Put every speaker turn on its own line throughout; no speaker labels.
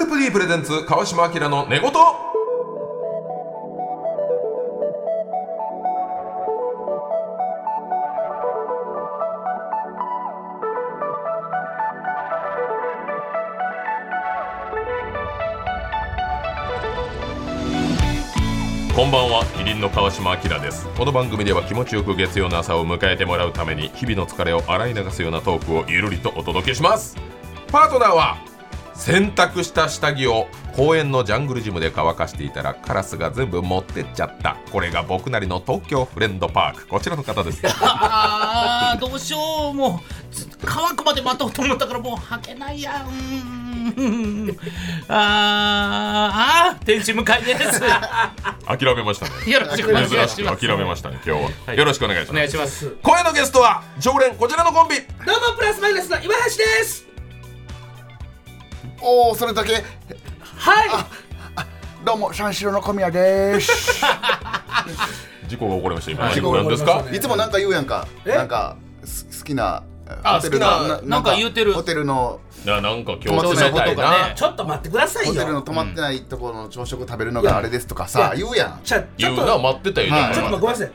ルプリープレゼンツ川島明の寝言こんばんはキリンの川島明ですこの番組では気持ちよく月曜の朝を迎えてもらうために日々の疲れを洗い流すようなトークをゆるりとお届けしますパートナーは洗濯した下着を公園のジャングルジムで乾かしていたらカラスが全部持ってっちゃったこれが僕なりの東京フレンドパークこちらの方です
ああどうしようもうず乾くまで待とうと思ったからもう履けないやうーんあーあー天使向かい です
諦めましたね
よろしくお願いし
珍
ま
し
す
く諦めましたね今日は、よろしくお願いし
お
ま
願
す
いします
声のゲストは常連こちらのコンビ
どうもプラスマイナスの今橋です
おおそれだけ
はい
どうも三四郎の小宮です
事故が起こりました今
は
何ですか、
い事故が起こりましたね
いつもなんか言うやんか
え
なんかす好きな
あ
ホテルの
好きななんか言うてる
ホテルの
ななんか今
止ま
日
っ
冷
てない
たい
ことが
な
ね
ちょっと待ってくださ
ホ
い
テルの
よ
泊まってないところの朝食食べるの
いや
があれですとかさ
いや
言うやん
ちょち
言
ょ
う
っ
な
と
待ってたよ、
はい
ちょっとごめんなさい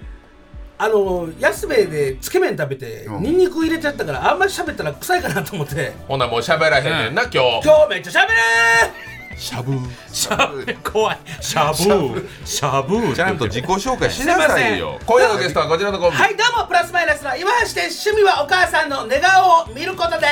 あの安兵衛でつけ麺食べて
うん
ニンニク入れちゃったからあんまり喋ったら臭いかなと思って
ほなもう喋らへんねんな、今日
今日めっちゃ喋る
しゃぶー
しゃぶ怖いしゃぶしゃぶ
ちゃんと自己紹介しな
すいま
さ
せ
い
ん
よ今夜のゲストはこちらのコンビ、
はいどうもプラスマイナスの今橋です趣味はお母さんの寝顔を見ることで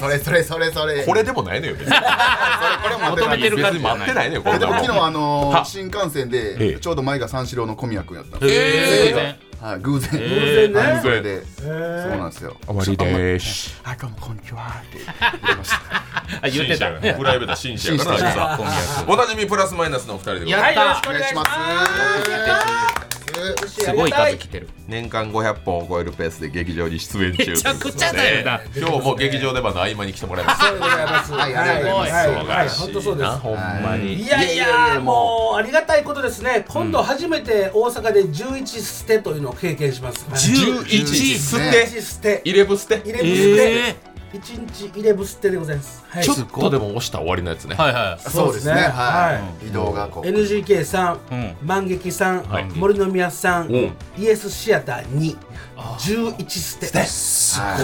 それそれそれそれ
これでもないのよ別に
これも
求めて
別
るか
に待ってないのよこんな
でも
もん
昨日あのー
は
新幹線
ええ
でちょうど前が三四郎の小宮君やったん
え
です
え
え
はい偶然
え偶然ね
はいそれで
す
そう
え
なんですよ
終わりです
あどうもこんにちはって言いました
あ言ってた
紳士やからプライベート紳士やから
紳士
あいつはおなじみプラスマイナスのお二人でございます
や
はいよろし
っ
く
お
お
願
願
い
い
し
し
ま
ますす
たすごい数来てる
年間500本を超えるペースで劇場に出演中
めちゃくちゃだよな
ということで今日も劇場出番の合間に来てもらいます
そうでございます
はいありがとうございます
はいはい本当そうです
ほんまに
いやい
いやいやい
や
や
もうありがたいことですね今度初めて大阪で11捨てというのを経験します
11捨て
11捨て
イレブ捨て
入れ
ち
ブ捨
え
て
え
1日入れブ捨てでございますはい
ょっとでも押したら終わりのやつね
はいは
そうですね
は
はい移動がこう
NGK さん、
う
万劇さん、
はい
森の宮さん、
うん
イエスシアター2、11捨て。す
は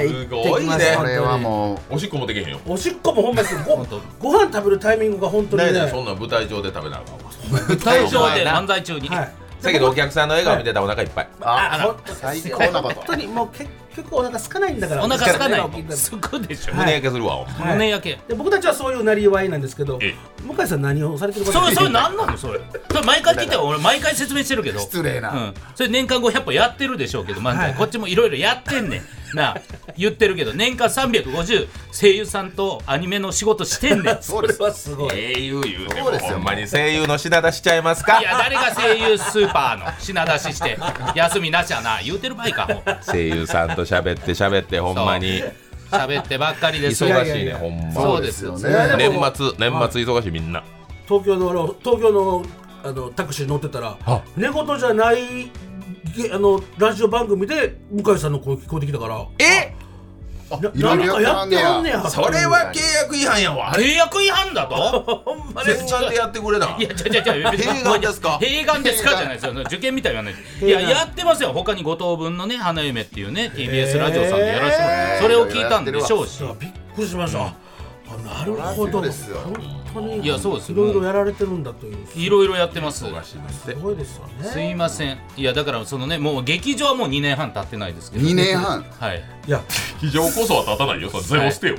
い
すごいね
これはもう
おしっこもできへんよ
おしっこもほんまですごご飯食べるタイミングが本当に
ね
ね。
えねえそんなん舞台上で食べなあかんわ
い舞台上で漫才中に
はい。
だけどお客さんの笑顔見てたらお腹いっぱい
あ
ほんと
最高なこと
本当にもう結局お腹空かないんだから。
お腹空かない
お腹
のすごいでしょ
胸焼けするわお前
はい
胸焼け
で僕たちはそういうなりわいなんですけど
ええ、
向井さん何をされてるか
それそれ何なのそれそれ毎回聞いて俺毎回説明してるけど
失礼な
うん、それ年間500本やってるでしょうけど漫才、
はいはい
こっちもいろいろやってんねんなあ言ってるけど年間350声優さんとアニメの仕事してんねんい
そうです
はすごい。
声優言うて
そ
も
うですよ
ほんまに声優の品出しちゃいますか
や誰が声優スーパーの品出しして休みなしやな言うてる場合かもう
声優さんと喋って喋ってほんまに
喋ってばっかりです
忙
やいや
しいねほんま
そうです
よ
それはで
年
も
末年末忙しいみんな
東京の東京のあのタクシー乗ってたら
あ
寝言じゃないげあのラジオ番組で向井さんの声聞こえてきたから
え
あ
ない
ろい
なん
ろ
か
や
や
っ
ってて
は
は
ん
ん
ね
ね
や
や
それは契約違反やわ
契約違反だと
ほんまに
洗顔でやってくれない
や、ちょちょちょ、
平眼ですか
平眼ですかじゃないですよ。受験みたいな話。い
平
や、
眼
やってますよ。他に五等分のね、花嫁っていうね、TBS ラジオさんでやらせてもらって、それを聞いたんでしょうし。
そうびっくりしました、あなるほ
そ
ど
うですよ
本当に
いやそうです
いろいろやられてるんだというす
いろいろやってます。
ごいですよね
すいません。いや、だから、そのね、もう劇場はもう2年半経ってないですけど。
2年半
はい。
いや
非常こそは立たないよそれゼロ捨てよ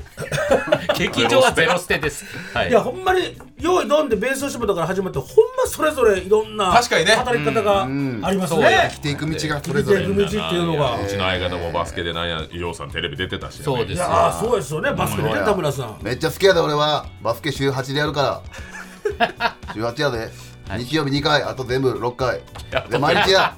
劇場はゼロ捨てです。はい
いや。ほんまに用意ドンでベースを絞ったから始まってほんまそれぞれいろんな
確かにね
働き方があ
ん
ります
そうや
ね
生きていく道がそれぞれ
生きていく道っていうのが
やうちの相方もバスケでなんや伊さんテレビ出てたし
そうです
い
よ。
やーそうですよねバスケでね田村さん
めっちゃ好きやで俺はバスケ週8でやるから週8やで日曜日2回あと全部6回で毎日や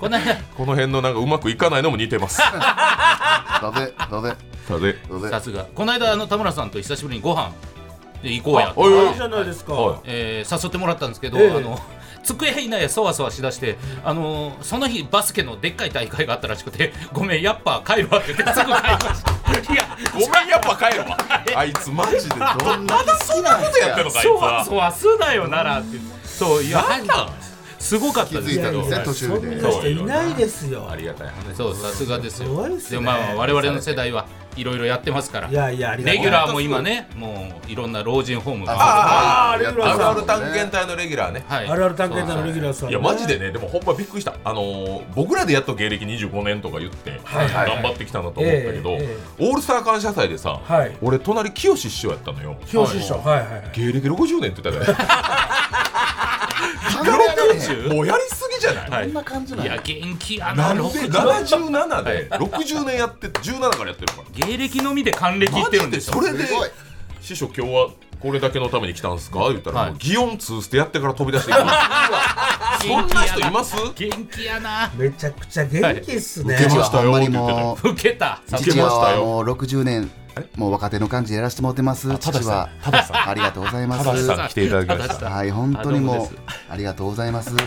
この間、
この辺のなんかうまくいかないのも似てます さ
だぜだぜ
て
だ
さす
ぜ
が。この間、あの、田村さんと久しぶりにご飯で行こうや
あおいお
いいじゃないですか、
は
えー誘ってもらったんですけど、
ええ
あの机いないやそわそわしだして、あのその日バスケのでっかい大会があったらしくて「ごめんやっぱ帰るわ」って言ってすぐ帰りました
いや
ごめんやっぱ帰るわ あいつマジでどんな
そんな
ことやってるのかあいつ
そわそ
は
わすなよならってそういや
なん
すごかったです
気づいた
け
ん
ど
ですね途
そ
中
ん
で
な人いないですよ
ありがたい話
そうさすがですよ
すごいっすね
でもまあまあ我々の世代はいろいろやってますから
いやいやありが
レ
と
ギュラーも今ねもういろんな老人ホームが
あ
あーレギュラ
あ
ー
る
さ
あ
ん
る探検隊のレギュラーね
は
う
い
あるある探検隊のレギュラーさん
いやマジでねでもほんまびっくりしたあのー僕らでやっと芸歴25年とか言って
はいはいは
頑
い
張ってきたなと思ったけど
えええ
オールスター感謝祭でさ
はい
俺隣清志師匠やったのよ
教師匠はいはいはい
芸歴60年って言ったからもうやりすぎじゃない
はい
こんな感じないん
や
や
元気や
な
なん
で
60
77で60年やって17からやってるから
芸歴のみで還暦いってるんです
マ
よ
ジでそれです
ごい
師匠今日はこれだけのために来たんすか言ったら、
はい
もう祇園通してやってから飛び出していくそんな人います
元気やな
めちゃくちゃ元気っすね
はい受けま
父は
した
ほん
よ
まにも
老けた
う
さ
父
受けました
は
よ
もう60年もう若手の感じでやらせてもらってます
た
父
だ
は
さんたださん
ありがとうございま
ただ
す
さん来ていただきました
ん
はい本当に
あどう
も
も
う
で
ありがとうござい ます
め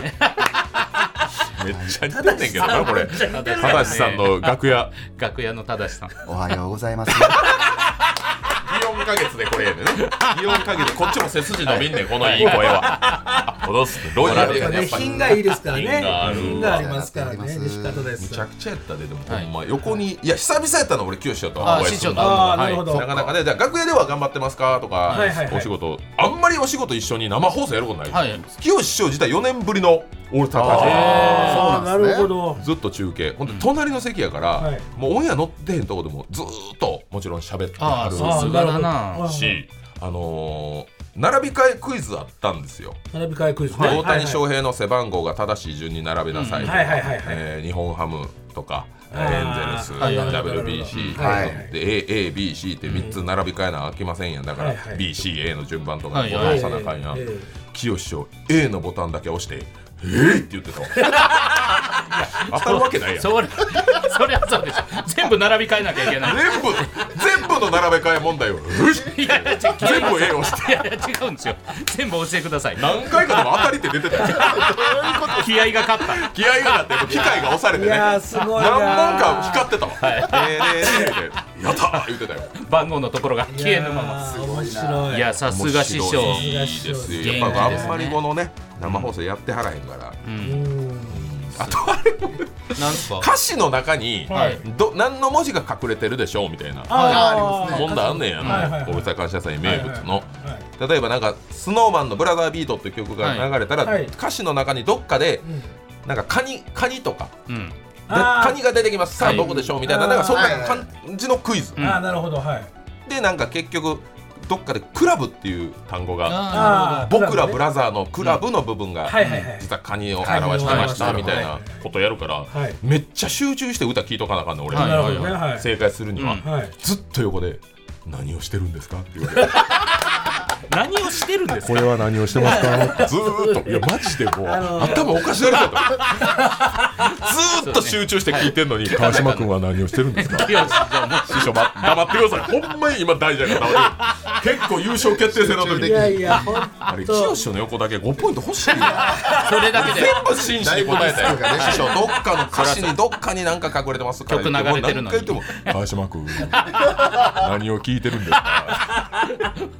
っちゃ似てんねんけどなこれ
た
ただしさんの楽屋
楽屋のただしさん
おはようございます
祇園か月でこれやでね祇園か月こっちも背筋伸びんねんこのいい声は 戻すってロイヤル
や
やねや
っぱね
っぱり
品
む
がいいですからね
品がある
品がありますからね
うん
西方です
ちゃくちゃやったででもほんま横にいや久々やったの俺清志やったわ
あ
お会い
師
する
匠
の
と
ああなるほど
なかなかね、だから楽屋では頑張ってますかとか、
はいはいはい
お仕事、あんまりお仕事一緒に生放送やることない。
はい
清志師匠自体4年ぶりのオールスター感
あ
謝
ああな
そうなんですね
るほど
ずっと中継、ほんで隣の席やから、
はい
もうオンエア乗ってへんとこでもずーっともちろん喋って
あ
は
あ
る
さすがだな
し、あのー並び替えクイズあったんですよ。
並び替えクイズね
で大
はい
谷翔平の背番号が正しい順に並べなさいとか
うんはいはいはいはい
えー日本ハムとかえ
あー
ーエンゼルス、
はいはい
はい
WBC、
はい
で ABC って3つ並び替えなあきませんやんだから、
はいはい
BCA の順番とか
は
に
い
ボ
はい
タン
は
押
い
さなあかんやん、
ええええ
清志師匠 A のボタンだけ押して「えーって言ってたわいや当たるわけないやん全
それ それはそうでしょ全部並び替えなきゃいけない
部全部の並べ替え問題を「えー
いやいや違う
全部 A 押して
いやいや違うんですよ全部教えてください
何回かでも当たりって出てたよ
気合が勝った
気合があってやっぱ機械が押されて
い
ね
やーすごいな
何本か
っ
光ってたわ。えーやったー言ってたよ。
番号のところが消えぬまます
面白い
いやさすが師匠
いいですよ。やっぱあんまりこのね生放送やってはらへんから。
なんすか
歌詞の中に
はい
ど何の文字が隠れてるでしょうみたいな
あーありますね
問題あんねんや
はいはい
な。
はい
大阪感謝祭名物の。
はい
例えばなんかスノーマンのブラザービートって曲が流れた
は
ら
い
歌詞の中にどっかでなんかカニカニとか
うん
で
あー
カニが出てきますさあ
はい
どこでしょうみたいななんかそん
はい
な
はい
感じのクイズ。
うん
ああなるほどはい
でなんか結局どっかでクラブっていう単語が。
あ
あー
僕ら
ね
ブラザーのクラブの部分が
はいはいはい
実はカニを表してましたみたいなことやるから
はい
めっちゃ集中して歌聴いとかなあかんの俺
はい
なる
は
ほどねはい
正解するには
うん
はい
ずっと横で「何をしてるんですか?」って言われて
ー何をしてるんです
これは何をしてますか?」ずーっといやマジでもう
の
頭おかしなるけどずーっと集中して聴いてんのに「川島君は何をしてるんですか?」
かよしじゃあもう
師匠、ま、黙ってくださいほんまに今大事やから黙って結構優勝決定戦の時
い
に
やいやほん
あれ清志の横だけ5ポイント欲しいな
それだけで
全部真摯に答えたよ、
だいぶリ
師
スク
匠どっかの歌詞にどっかに何か隠れてますから
曲流れてる
何
のに
回言っても川島君何を聞いてるんですか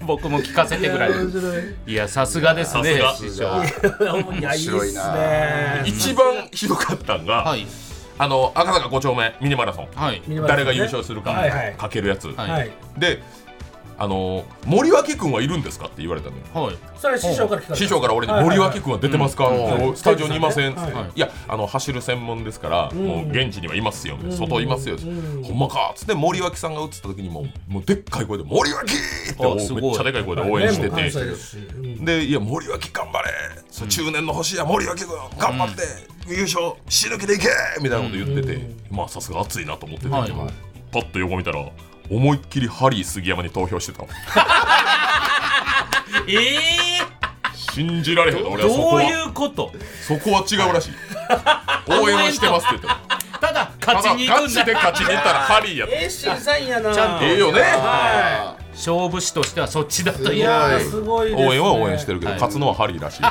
僕も聞かせてぐらい
面白い
いやさすがですね
さす
師匠
面
白いな
一番ひどかったんが、
はい
あの赤坂5丁目ミニマラソン
はい
誰が優勝するか、
はいはい
かけるやつ、
はい
はい
であの森脇君はいるんですかって言われたのよ
はい
それ師匠から聞かれた
師匠から俺に
はいはい
森脇君は出てますか、もうスタジオにいません、
はい
はい
いやあの走る専門ですから、もう現地にはいますよ、外いますよ、ほんまかっつって森脇さんが映った時にもうもうでっかい声で「森脇!」ってお
あすごい
めっちゃでかい声で応援して
ねもう関西
て
で、すしうん
で「いや森脇頑張れ、そう中年の星や森脇君頑張って、優勝死ぬ気でいけ!」みたいなこと言ってて、まあさすが熱いなと思ってて、
はい
パッと横見たら思いっきりハリー杉山に投票してたの
ええ
信じられへん俺はそこ
どう
は。
いうこと
そこは違うらしい。応援はしてますって言って。
ただ
た
勝ちに
だ
行
ガ
くんだ
チで勝ちに行ったらハリ ーやって。
ええ審査員やな
ちゃんと
ええよね。
勝負師としてはそっちだと
い
いう
やーすごいですね
応援は応援してるけど、
はい
勝つのはハリーらしい。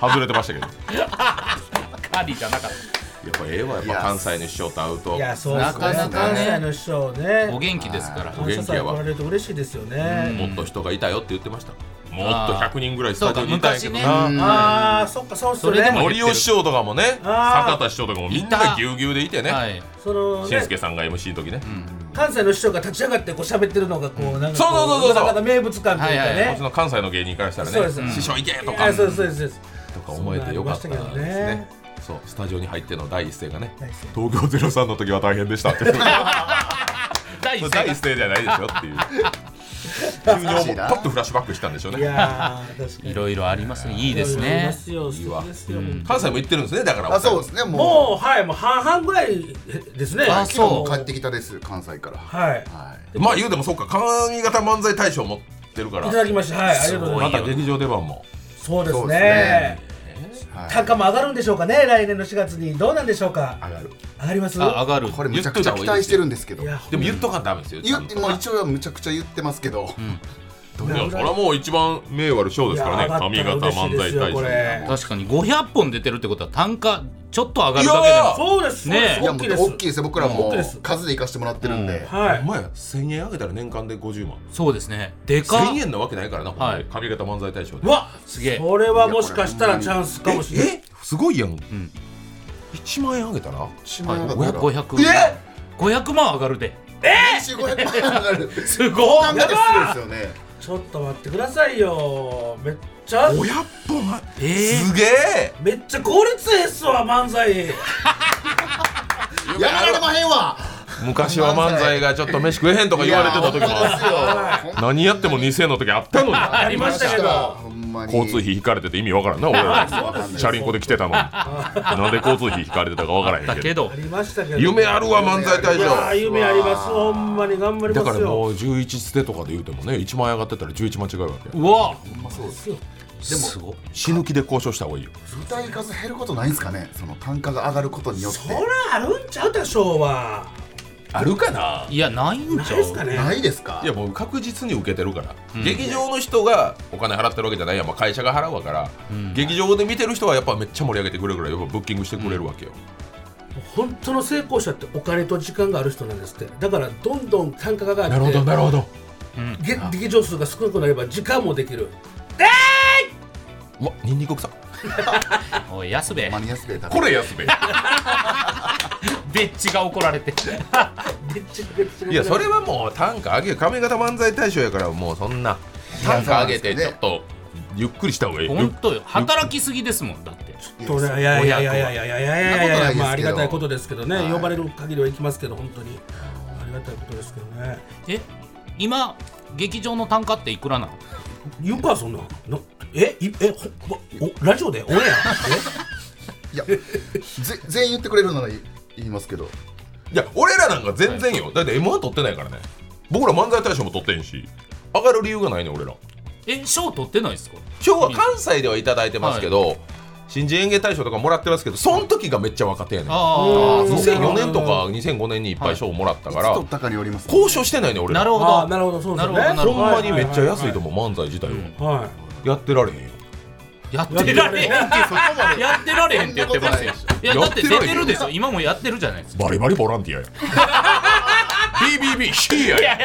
外れてましたけど。
カリじゃなかった
やっぱええわやっぱ関西の師匠と会うと
いやそうですね
なかなか
関
ね
西の師匠ね
お元気ですから
お
感謝
元気
祭
や
来
わ
られると嬉しいですよね、
もっと人がいたよって言ってましたもっと
あー
100人ぐらいスタジオにいたんやけど
そうか
な、
昔ね
ああそっかそうっす
そ
よ
れで
ね
も
森尾師匠とかもね
あー
坂田師匠とかもみん
い
な
た
ぎゅうぎゅうでいてね
はい
その
しん
ね
すけさんが MC の時ね、
関西の師匠が立ち上がってこう喋ってるのがこうなんか
そ
こ
うそうそうそう
なかなか名物感というか
はいはい
こっ
ね
ちの関西の芸人からしたらね
そうです
師匠行けと
い
か
やそうですそうですそうです
とか思えてよかったです
そ
ね
うなりましたけどね
そうスタジオに入っての第一声がね
第一
「東京ゼロさんの時は大変でした」ってそれ
第一
第
声
一声じゃないでしょっていう急に思
し
う
い
パ
な
ッとフラッシュバックしたんでしょう
い
ね
やー確かに
いろいろありますねいい
い
です
ろいろありま
ね
すよ素敵ですよ
関西も行ってるんですねだから
あそうですね
も
も
うはいもう半々ぐらいですね
あ
うも
そう
帰ってきたです関西から
はい
はい
まあ言うてもそうか上方漫才大賞持ってるか
いただ
ら
きましたはいありがとうござい
ま
ます
た劇場出番も
そうです
そうです
ね
ね
単価も上がるんでしょうかね来年の4月にどうなんでしょうか
上がる
上がります
あ上がる
これむちゃくちゃ期待してるんですけど
いや
でも言っとかんとダメですよち
言
ゃ
っ
んと
てもう一応はむちゃくちゃ言ってますけど、
いやそれはもう一番名誉ある賞ですからね
いや上
上
がった
方
ら
漫
嬉
才
しいですよ
大
こ
賞
れ
確かに500本出てるってことは単価ちょっと上がるだけで
いやー
も
そうです
ねえ
いや
大
もう
きいです
大きいですよ僕ら
うん大
も
きいです
数で行かしてもらってるんで、
は
お
い
前1000円あげたら年間で50万
そうですねでかっ
1000円なわけないからなほんで上方漫才大賞で
うわ
すげえ
これはもしかしたらチャンスかもしれない
えすごいやん、1万円あげたら
1万円上がったら
500500万上がるで
年収500万上がる
すご
なん
い
かでするんですよね
ちょっと待ってくださいよめっちゃ
500本あ
えー
すげえ
めっちゃ効率ええっすわ漫才
やめられまへんわ
昔は漫才がちょっと飯食えへんとか言われてた時
いやほんまですよ
も何やっても2000の時あったのに
ありましたけど
ほんまに
交通費引かれてて意味わからんな俺ら
そうですよ
チャリンコで来て たのになんで交通費引かれてたかわからへん
だ
け
け
ど
ど
ありましたけど
夢あるわ漫才大
いやー
賞
夢ありますほんまに頑張り
だ
ま
から
すよ
もう11捨てとかで言うてもね1万円上がってたら11万違うわけ
うわ
です
すごい
死ぬ気で交渉した方がいいよ
舞台数減ることないんですかねその単価が上がることによって
そらあるんちゃうでしょうは
あるかない
やないん
ない
ちゃ
ですか
う
ね
ないですか
いやもう確実に受けてるから、劇場の人がお金払ってるわけじゃないやん、まあ、会社が払うわから、劇場で見てる人はやっぱめっちゃ盛り上げてくれるからやっぱブッキングしてくれるわけよ、
本当の成功者ってお金と時間がある人なんですってだからどんどん単価が上がって
るほど
げ劇場数が少なくなれば時間もできる
うわニンニク臭っ
おい安べ
マニアスペーター
これ安部
でっちが怒られて
でっちがでっち が
いやそれはもう単価上げ上方漫才大賞やからもうそんな単価上げてちょっとゆっくりした方がいいよ
本当よ働きすぎですもんだって
とねいやいやいやいやいやいやいやいやいやいや
そんなことないですけど
まあありがたいことですけどね、
はい
呼ばれる限りは行きますけど本当にありがたいことですけどね
え今劇場の単価っていくらなの
言うかそんなんなえいえほほおラジオでオンエア
いやぜ 全員言ってくれるならい言いますけど
いや俺らなんか全然よだって m 1取ってないからね僕ら漫才大賞も取ってんし上がる理由がないね俺ら
え賞取ってないですか
今日は関西ではいただいてますけど、新人演芸大賞とかもらってますけどその時がめっちゃ若手やねん
あ
うん
あ
2004年とか2005年にいっぱい賞もらった
いつ
から、
取ったかによります
交渉してないね俺ら
なるほど
あーなるほどそうですね
なるほどなる
ほ
ほ
んまにめっちゃ安いと
思
思う、漫才自体は、
うはい
やってられへんよ
やってられへんってやってられへんって言ってますよ
そん
いやだって
やっ
出
てら
て
れへん
るですよ今もやってるじゃないですか
バリバリボランティ アや BBB ヒーや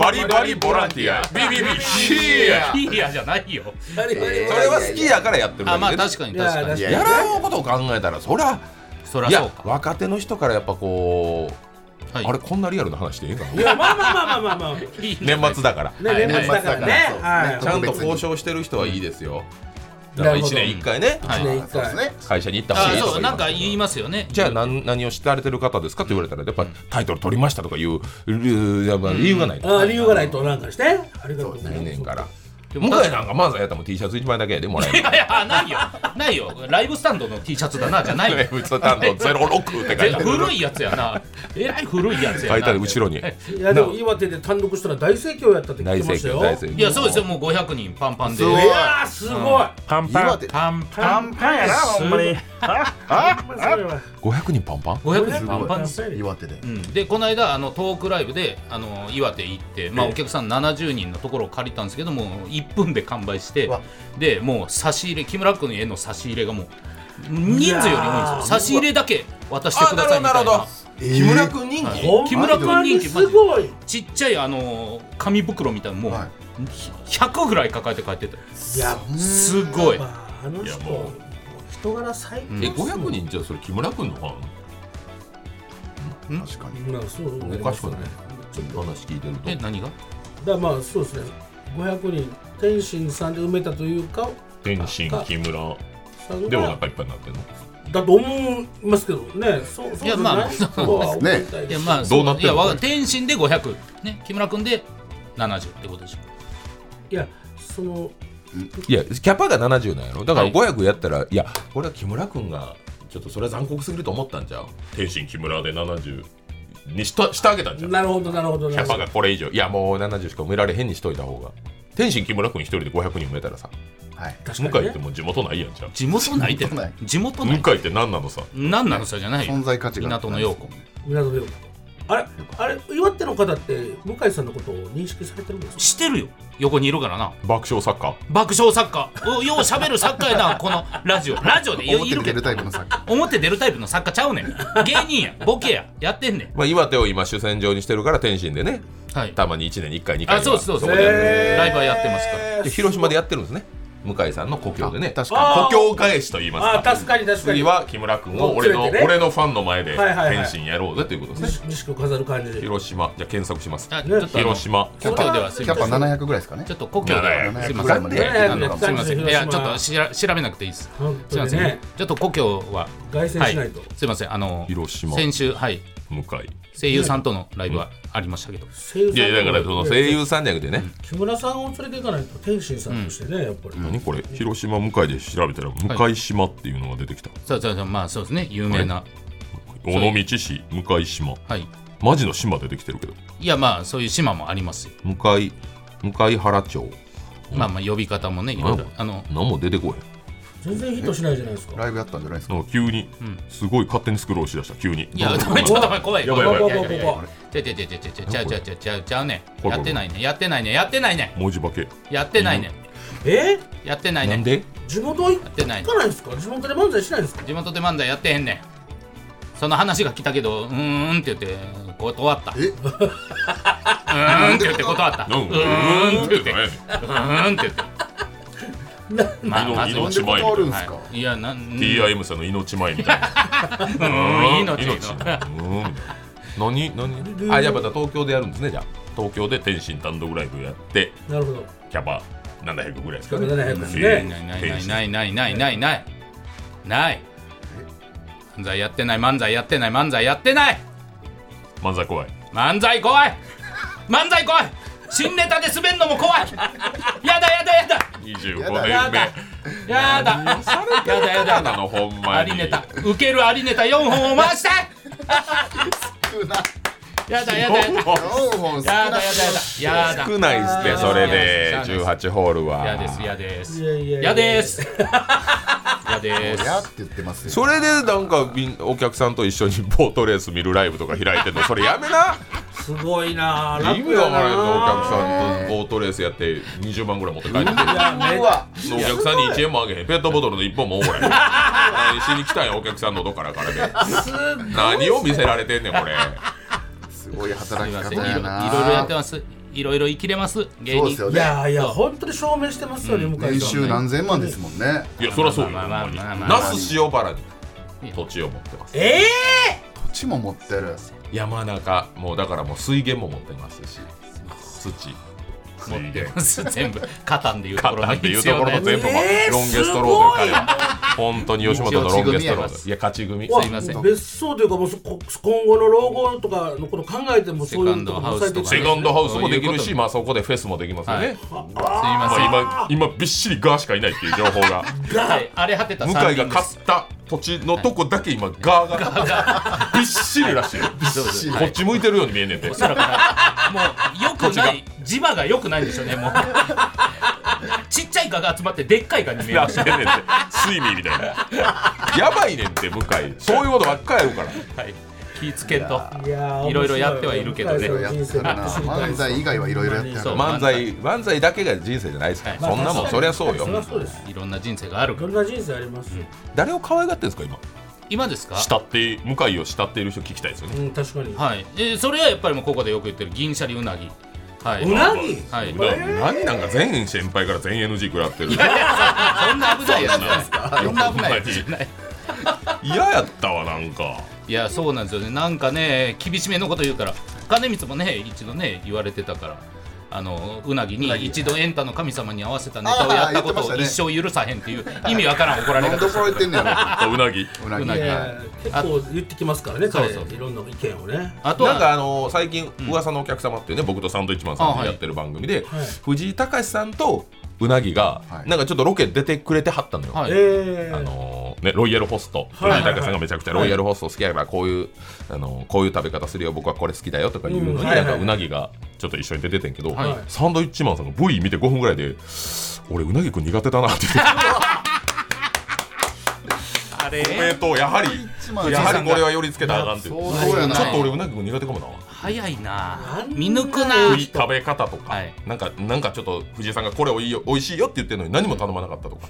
バリバリボランティアや BBB ヒーや
いいやじゃないよ
はいはい
え
それは好きやからやってるだ
あ
けで
まあ確かに
いや
確か
い
に
や
やらんことを考えたらそりゃ
そりゃ
い
そう
や
か
若手の人からやっぱこう、
はい
あれこんなリアルな話でいいんかない
やまあまあまあまあまあまあね
いいね
年末だから
はい
年末だからね
年末だから
はい
ちゃんと交渉してる人はいいですよだから
なるほ
1
ど
年1回ね
はい
一年一
そうで
回
すね
会社に行った方が
あ
いいと
そうなんか
言いますけど
言いますよね
じゃあ何何を知られてる方ですかって言われたらやっぱタイトル取りましたとかいう理由理由がない
あー理由がないとなんかしてありがとうござい
来
ま
年
す
から
でも
向井なんか漫才やったらもう T シャツ1枚だけやでもらえ
い
る
やいやないよないよライブスタンドの T シャツだなじゃ ないよ
普通担当06って書いてある
古いやつやなえらい古いやつや
書
ない
てある後ろに
いやでも岩手で単独したら大盛況やったって聞
大
きま
盛
した
況
よ
大盛況
いやそうですよもう500人パンパンで
そう
いやーすごい
パン
岩手
パンパ
パ
ン
ンパンやなほんまに
500人パンパン
500
す
人パンパンです
ごい岩手で
うん、でこの間あのトークライブであの岩手行って、まあ、お客さん70人のところを借りたんですけども1分で完売して
わ
でもう差し入れ木村君への差し入れがもう人数より多いんですよ差し入れだけ渡してくださいみたいな
えー
木村君人
はい
気、
ほんまに
木村君人気
すごい
ちっちゃいあの紙袋みたいなのもう
はい
100ぐらい抱えて帰ってた
いや
すごい
まああの
いや
人
もう
もう人柄最高
え500人じゃあそれ木村君のファン
確かに
まあそうなり
お
ま
か
す
しくない
ね
ちょっと話聞いてると
え何が
だからまあそうですね500人天心さんで埋めたというか
天心木村
さんが
でお腹いっぱいになってるの
だと思いますけどねそうそう
いやまあ
じゃないとは思いたいです
いやまあ
どうなってんの
いやわか
これ
天心で500ね木村君で70ってことでしょ
いやその
いやキャパが70なんやろだから
はい
500やったら、い、やこれは木村君がちょっとそれは残酷すぎると思ったんじゃん天心木村で70にしたしてあげたんじゃん
なるほどなるほど
キ
な
ャ
るほ
パ
ど
がこれ以上いやもう70しか埋められへんにしといた方が天心木村君一人で500人埋めたらさ
はい
向
確か
井
に
って
ね
もう地元ないやんじゃん
地元ないって
地元ない
地元ない
向井って何なのさ
何なのさじゃないよ
存在価値が
港の陽子
港でよあれあれ岩手の方って向井さんのことを認識されてるんですか
してるよ横にいるからな
爆笑作家
爆笑作家およう喋る作家やなこ のラジオラジオでい
表
いる
に
け
出
ど
るタイプの作家
表出るタイプの作家ちゃうねん芸人やボケややってんねん
まあ岩手を今主戦場にしてるから天心でね
はい
たまに1年に1回2回
あそうですそうです
こでやる
ライブはやってますから
で広島でやってるんですね向井さんの故郷でね
確
あ
か
故郷返しと言います
あ
か
確かに確かに
次は木村君を俺の、
連れてね
俺のファンの前で
はいはいはい
天心やろうぜということですね、
西西区飾る感じで
広島じゃあ検索します
あちょっとあの
広島
故郷ではす
に
い
キャ
ませ
パ
ん
700ぐらいですかね
ちょっと故郷ではすい
700
ま
ぐ
せ
らい
ん
ま
い
で
や
700
あのすいませんいやちょっとしら調べなくていいです
本
すい
当
ま
に
せん
ね
ちょっと故郷は
凱旋しないと
はすいませんあの
広島
先週はい
向井
声優さんとのライブはありましたけど
声優
いやいやだからその声
優
優さんじゃなくてね、
木村さんを連れていかないと天心さんとしてねやっぱり
何これ広島向井で調べたら向島っていうのが出てきた、
そうそうそうまあそうですね有名な
尾道市向島
はい
マジの島出てきてるけど
いやまあそういう島もありますよ
向井向原町
まあまあ呼び方もねいろい
う
ろ
ん
あの
何も出てこ
全然ヒットしないじゃないですか
ライブやったんじゃないです
へんな
か
んか急に、すごい勝手にスクロールしだした急に
いや、ちょっと待って、怖い。
やばいやばい
怖怖怖
やばいやばい
ちゃうちゃうちゃうちゃうちゃうちゃうちゃうちゃうちゃうね
これこれ
やってないね。やってないね。やってないね。
文字化け
やってないね。
え
やってないね。
で
地元行
ってない
行かないんですか地元で漫才しないんですか
地元で漫才やってへんねん。その話が来たけど、うーんって言って断った。う
え
ーんって言って断った。う
なんか
ーんって言って。
う
う
ーんって
ーんって言って。まあ、まず
命
は
なんで断るんですか
はいいや、なん、
TIM さんの命前みたいな。
うーん、命の。
何何あやっぱだ東京でやるんですねじゃあ東京で天心単独ライブやって
なるほど
キャバ700ぐらいですか
キャバ700ですね
うん
ない
天心
ないないないないないないない漫才やってない漫才やってない漫才やってない
漫才怖い
漫才怖い漫才怖い新ネタで滑るのも怖いやだやだやだ
25
や
年
だ
目
やだやだやだや
や
だ
だのほんま
あ
に
りネタ受けるありネタ4本を回したいやだやだやだや
4本少
だや
な
だやだやだ
少ないっすねそれで18ホールは
やですやで
い
す
やいやい
やですやです
やって言ってますよ
それでなんかみんお客さんと一緒にボートレース見るライブとか開いてんのそれやめな
すごいな
意味わからんのお客さんとボートレースやって20万ぐらい持って帰ってきて
め
うわ
お客さんに1円もあげへんペットボトルの1本もおごらへん 何しに来たんやお客さんのどっからからね何を見せられてんねんこれ
すごい
す
働
い
き
ま
方
せんいろい
や
ろ
ない
やってますいろいろ生きれます芸
そうで
人
すよ
い
ね
やいや本当に証明してますよね向井さん
年収何千万ですもんね
いやそりゃそうよ
まあまあまあまあまあ
那須塩原に土地を持ってます
え
土地も持ってる
山中もうだからもう水源も持ってますし土水源
全部カタンでいうところ
な
の
んていう
必
とこ
要
ろ
な
の
やつ
全部、
えー
ロンゲストロードで
すごい
彼は本当に吉本のロンゲストロードいや勝ち組
え
いません
別荘というかもうそこ今後の老後とかのこと考えてもそうい
セカン
う
ド
とこ
ハウ
抑
ス
えて
とか
セカンドハウスもできる
そう
し
いうこと
まあそこでフェスもできますよね、
すいません、
まあ、今今びっしりガーしかいないっていう情報が
はい荒れ果てた
向
3
井が
人で
買
す
った土地のとこだけ今ガーがびっしりらしいよ
し
こっち向いてるように見えんねんて
おそらくはいもう良くない磁場が良くないんでしょうね もうちっちゃい蚊が集まってでっかい蚊に見え
ら
ま
し
し
いね
た
んて睡眠みたいなやばいねんって向井そういうことばっかりやるから
はい気ぃつけんと
いやー
いろいろやってはいるけどね
面白い
や
よ
って
人生
はるな漫才以外はいろいろやっては
そう
る
漫才漫才だけが人生じゃないですから、
はい
そんなもんそりゃそうよ
そりゃそうです
いろんな人生がある
い
か
ろん
ら
な人生ありますよ
誰を可愛がってるんですか
今ですか
今慕って向井を慕っている人聞きたいですよね
うん確かに
はいでそれはやっぱりもうここでよく言ってる銀シャリうなぎはいう
なぎ
はい
だから何なんか全先輩から全 NG 食らってる
いやいや そんな危ないやつじゃないそんな危ないやつじゃない
嫌やったわなんか
いやそうなんですよねなんかね厳しめのこと言うから金光もね一度ね言われてたからあのうなぎに一度エンタの神様に合わせたネタをやったこと
あ
を
ー言ってま
一
した
生許さへんっていう意味わからん怒られ
何
方
ど
し
ころ言ってんねや
あうなぎ
ろうなぎ
うなぎ
いや結構言ってきますからね彼
そうそう
いろんな意見をね
あと
なん
は
かあの最近「噂のお客様」っていうね、僕とサンドイッチマンさんでやってる番組で、
はい
藤井隆さんとうなぎが、
はい
なんかちょっとロケ出てくれてはったのよ、
はい
え
あのね、ロイヤルホスト、
はい
藤井隆さんがめちゃくちゃロイヤルホスト好きやからこういう、あのこういう食べ方するよ僕はこれ好きだよとかいうのに、
うんはいはい
なんかうなぎがちょっと一緒に出ててんけど、
はい
サンドイッチマンさんが V 見て5分ぐらいで「俺うなぎくん苦手だな」って言って
あれ
おめでとうやはり
一番
やはりこれは寄り付けたらあかんっていうちょ
そうそうやな
っと俺うなぎくん苦手かもな
早いな
なんだ
見抜く
食
ない
食べ方とか、
はい
なんかなんかちょっと藤井さんがこれおいよ美味しいよって言ってるのに何も頼まなかったとか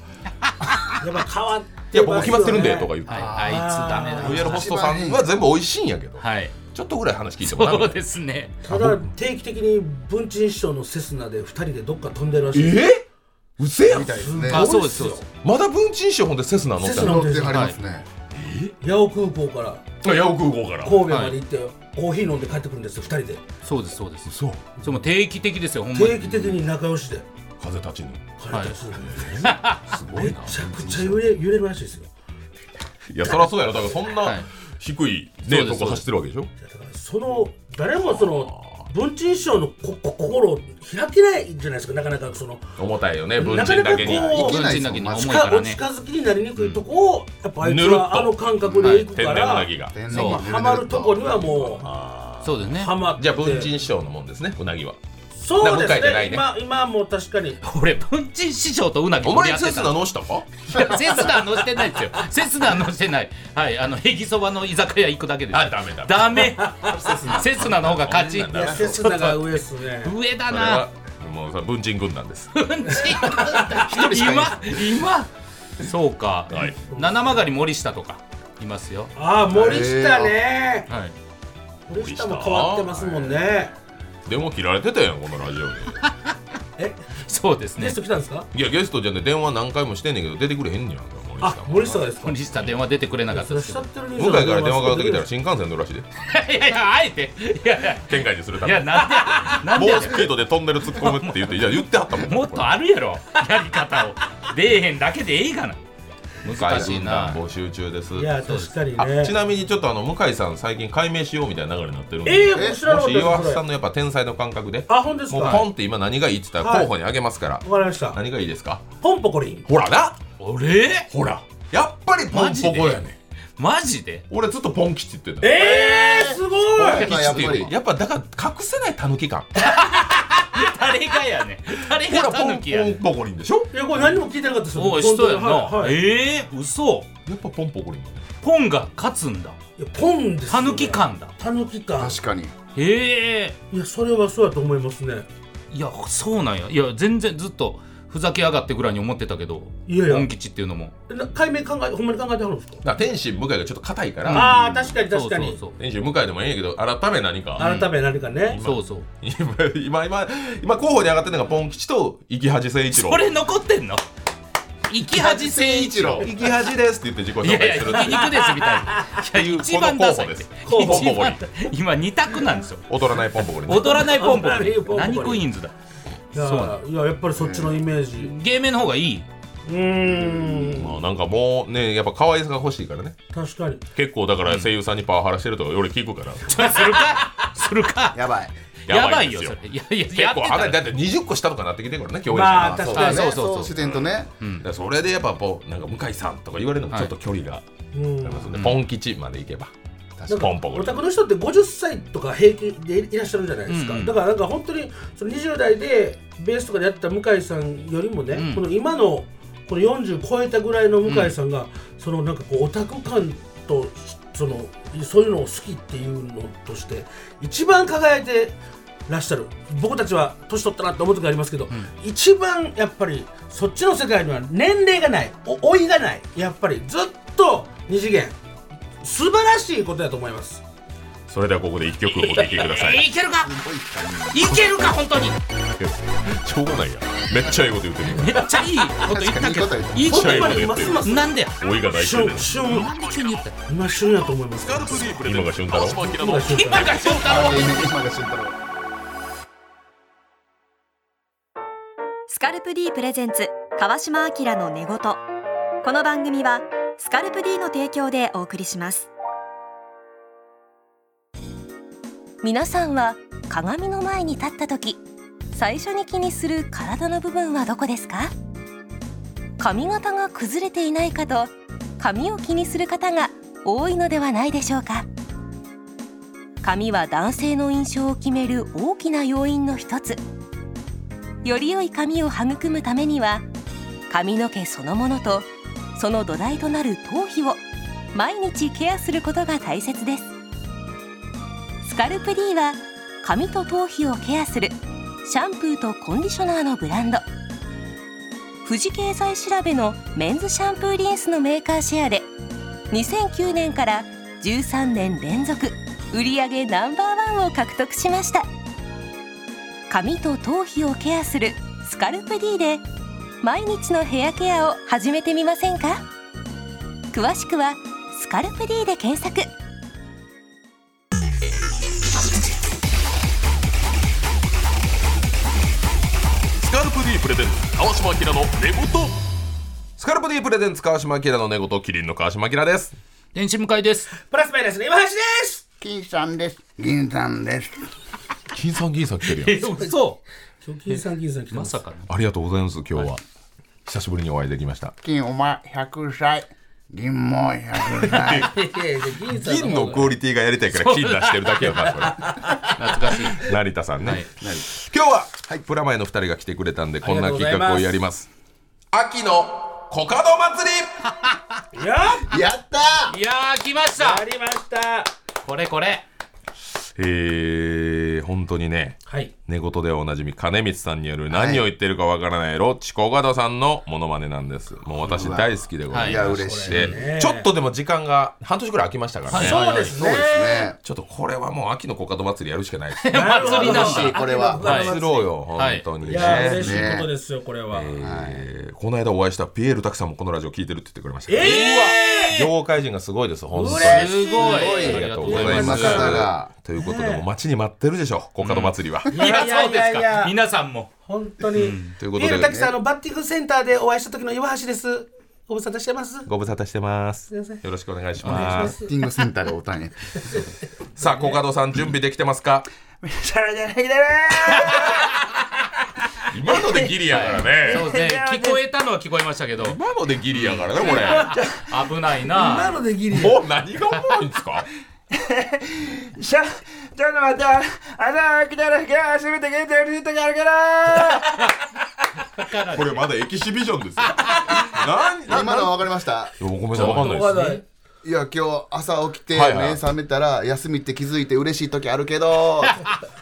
やっぱ変わってますよね
いや僕決まってるんでとか言って、
はい
は
あいつダメ
ロイヤ
だ
ルホストさんは全部美味しいんやけど、
はい
ちょっとぐらい話聞いてもら
そう
う
ですね
ただ定期的に文鎮師匠のセスナで二人でどっか飛んでるらしい
えうせやん
みたいですね
あそうです
す
そう
ごい
で
っ
す
す
まだ文鎮師匠ほんでセスナ乗って
セ
ん
ス
の
乗ってはりますね
八尾空港から
八百空港から
神戸まで行って、コーヒー飲んで帰ってくるんですよ二人で
そうですそうです
そう
それも定期的ですよほんま
定
に
期的に仲良しで
風立ちぬ
帰ったりする、
すご
め
い
ち
な
ゃくちゃ揺れ揺れるらしいですよ
いやそりゃそうやろだからそん
は
ない低いね、
そうです
とこ走ってるわけでしょ
だからその誰もその文鎮師匠のここ心を開けないじゃないですかなかなかその
重たいよね文鎮だけに
なかなかこ
いうけないで
文鎮
す
だ
も
け
ん
に
マ
重い
ジ
か
から
お
ね
近づきになりにくいとこをやっぱあいつはあの感覚で行く
天
か
然うな
ら
ぎが
天
そう
然が
ハマるとこにはも
そうです
う
ね
ハマって
じゃあ文鎮師匠のもんですねうなぎは
そうで
向
す
井じゃない
ね
ね
今今はもう確かに
俺文鎮師匠とうなぎ
お
盛
前
り合って
セ
た
スナ乗したか
いやセスナー乗してないですよ。セスナー乗してない。はい、あのヘギそばの居酒屋行くだけです。
あダメダメ
ダメ。セスナーの方が勝ち。
そん
い
な
やセスナが上ですね
上だ
それ
な
は。もうさ文鎮軍団です
うんち今今そうか。
はい
七曲り森下とかいますよ。
ああ森下ね
はい。
森下も変わってますもんね
でも切られてたやんこのラジオに
え
そうです
ゲ
ね
ス。ト来たんですか
いやゲストじゃね電話何回もしてんねんけど出てくれへんねやんか森下
あ森下がですか
森下電話出てくれなかった
それ
ですけ
慕ってる
向井から電話かかってきたら
し
新幹線乗るらしいで
ど。いやいやあえて。いやいや
県外にするた
い
め
や
に
なんで
猛
なん
ス
で。
ピードでトンネル突っ込むって言っていや言ってはったもん
もっとあるやろ。やり方を。出えへんだけでええがな。難しいな。
募集中です
いや確かに
あ
ね
ちなみにちょっとあの向井さん最近解明しようみたいな流れになってるん
え
で、
え面白か
も
った
し
です
岩橋
そ
さ
れ
んのやっぱ天才の感覚で
あ本当ですか
もう
わ
ポ
か
ンって今何がいいって言ったら
はい
候補にあげますから、
りました
何がいいですか
ポンポコリン
ほらな
あれ
ほらやっぱりポンポコや
マジ
ね
マジで
俺ずっとポン吉って言ってた
ええすごい
ポン吉って言って
やっぱ
たやっぱだから隠せないたぬき感ほ
誰がやねん誰
ら
が
ポ
タ
ン
ヌキや
ポ
ね
ン
ん
ポコリンでしょ
いやこれ何も聞いてなかったですよ
おい人やんな、
本当にはいはい
ええ嘘
やっぱポンポコリン
ポンが勝つんだ
いやポンですよ
タヌキ感だ
たぬき感
確かに
へえ
いやそれはそうやと思いますね
いやそうなんやいや全然ずっとふざけやがってぐらいに思ってたけど
いやいや
ポン吉っていうのも
えな解明考えほんまに考えてはるんですか
だから天心向井がちょっと硬いから、
ああ確かに確かに
そう
天心向井でもええんやけど改め何か
改め何かね
そうそうそう
今 今今今候補に上がってるのがポン吉と生き恥誠一郎
これ残ってんの生き恥誠一郎
生き恥ですって言って自己
い
紹
や
介
いや
す
生
る
き肉ですみたいな
っていう
一番ダサいって
この候補です
一番今二択なんですよ
踊らないポンポコリン
踊らないポンポコリ
踊らないポンポ
ン
コリン
何クイーンズだ
いやいややっぱりそっちのイメージ
芸名の方がいいう
ーん
まあなんかもうねやっぱ可愛さが欲しいからね
確かに
結構だから声優さんにパワハラしてるとか俺聞くから
ちょするか するか
やばい
や
や
ば
ば
い
い
よ
です
そ
よ
れいやいや
結構
やっ
離
て
れ
た
だ
ら
って20個下とかなってきてるからね共演者
まあ
が
確
だ
か
よ
に
ね
あそうそうそう
自然とね
だからそれでやっぱこうなんか向井さんとか言われるのもちょっと距離が
うん
ありますんで、ポン吉まで行けば
確
ポンポコ
お
リン
宅の人って50歳とか平気でいらっしゃるじゃないですか、
うんうん
だからなんか本当にその20代でベースとかでやってた向井さんよりもね、
うん
この今のこの40超えたぐらいの向井さんが、そのなんかこうオタク感とそのそういうのを好きっていうのとして一番輝いてらっしゃる僕たちは年取ったなって思う時ありますけど、一番やっぱりそっちの世界には年齢がないお老いがないやっぱりずっと二次元素晴らしいことだと思います
それではここで一曲お聴きくだ さい
いけるかいけるか本当に
しょうがないやめっちゃ英語で言ってる
めっちゃいいこと言ったけど
確かに
いい
めっ
こ
ちゃ英語
本
で
当に
言っ
ま
て
す
る
ます
となんでや
老いが大好
旬
きです
旬
なんで急に言った
今旬やと思いますから
今が旬だろ
今が旬
今がそうだろう
今が慎太郎
スカルプ D プレゼンツ川島明の寝言この番組はスカルプ D の提供でお送りします皆さんは鏡の前に立った時最初に気にする体の部分はどこですか髪型が崩れていないかと髪を気にする方が多いのではないでしょうか髪は男性の印象を決める大きな要因の一つより良い髪を育むためには髪の毛そのものとその土台となる頭皮を毎日ケアすることが大切ですスカルプ D は髪と頭皮をケアするシャンプーとコンディショナーのブランド富士経済調べのメンズシャンプーリンスのメーカーシェアで2009年から13年連続売上ナンバーワンを獲得しました髪と頭皮をケアするスカルプ D で毎日のヘアケアを始めてみませんか詳しくは「スカルプ D」で検索
スカルプ D プレゼンツ川島明の寝言スカルプ D プレゼンツ川島明の寝言キリンの川島明です
天使向かいです
プラスマイナスの今橋です
金さんです。銀さんです。
金さん銀さん来てるやん
そ
金さん金さん来て
うま
ます
さかの
ありがとうございます今日は久しぶりにお会いできました
金お前100歳。銀も100
いや
歳。
いや銀さん
金のクオリティがやりたいから金出してるだけよなそれ
懐かし い
成田さんね、
はい
今日は、プラマイの2人が来てくれたんでこんな企画をやります秋のコカド祭り
いや
やった
いやー来まし
あ
た
りました
これこれ
えー、本当にね
はい
寝言ではおなじみ金光さんによる何を言ってるかわからないロッチコカドさんのモノマネなんですもう私大好きでござ
はいい
ま
い
す
や嬉しい
でちょっとでも時間が半年ぐらい空きましたからね、
はい
そうです
そう
ね
ですね
ちょっとこれはもう秋のコカド祭りやるしかないですね
祭りなん
しい
だ
これは
はい
祭ろうよ
はい
本当に
い
ね、
や嬉し
ね
いことですよこれは
えーこの間お会いしたピエール拓さんもこのラジオ聞いてるって言ってくれましたけど、
え
業界人がすごいです本当に
すごい
ありがとうござい
今
ます
方が
ということでもう待ちに待ってるでしょコカド祭りは、
いやそうです
いやいやいや
か皆さんも
本当に
ということ
ビ
で
ール滝さんあのバッティングセンターでお会いした時の岩橋ですご無沙汰してます
ご無沙汰してます
いません
よろしくお願いし
お願
ま
い
す
し
バッティングセンターでお たんや
さあコカドさん準備できてますか
ますシャラじゃないだ
今のでギリやからね
そうですね聞こえたのは聞こえましたけど
今のでギリやからねこ
危ないな
なのでギリ
れもう何がおもろいんですか
シャラちょっと待ってあら来たら今日初めてゲートに行ったからから
これまだエキシビジョンですよ何
今のは分かりました
ごめんなさいわかんないです
ない
いや今日朝起きて
はいはい
目覚めたら休みって気づいて嬉しい時あるけど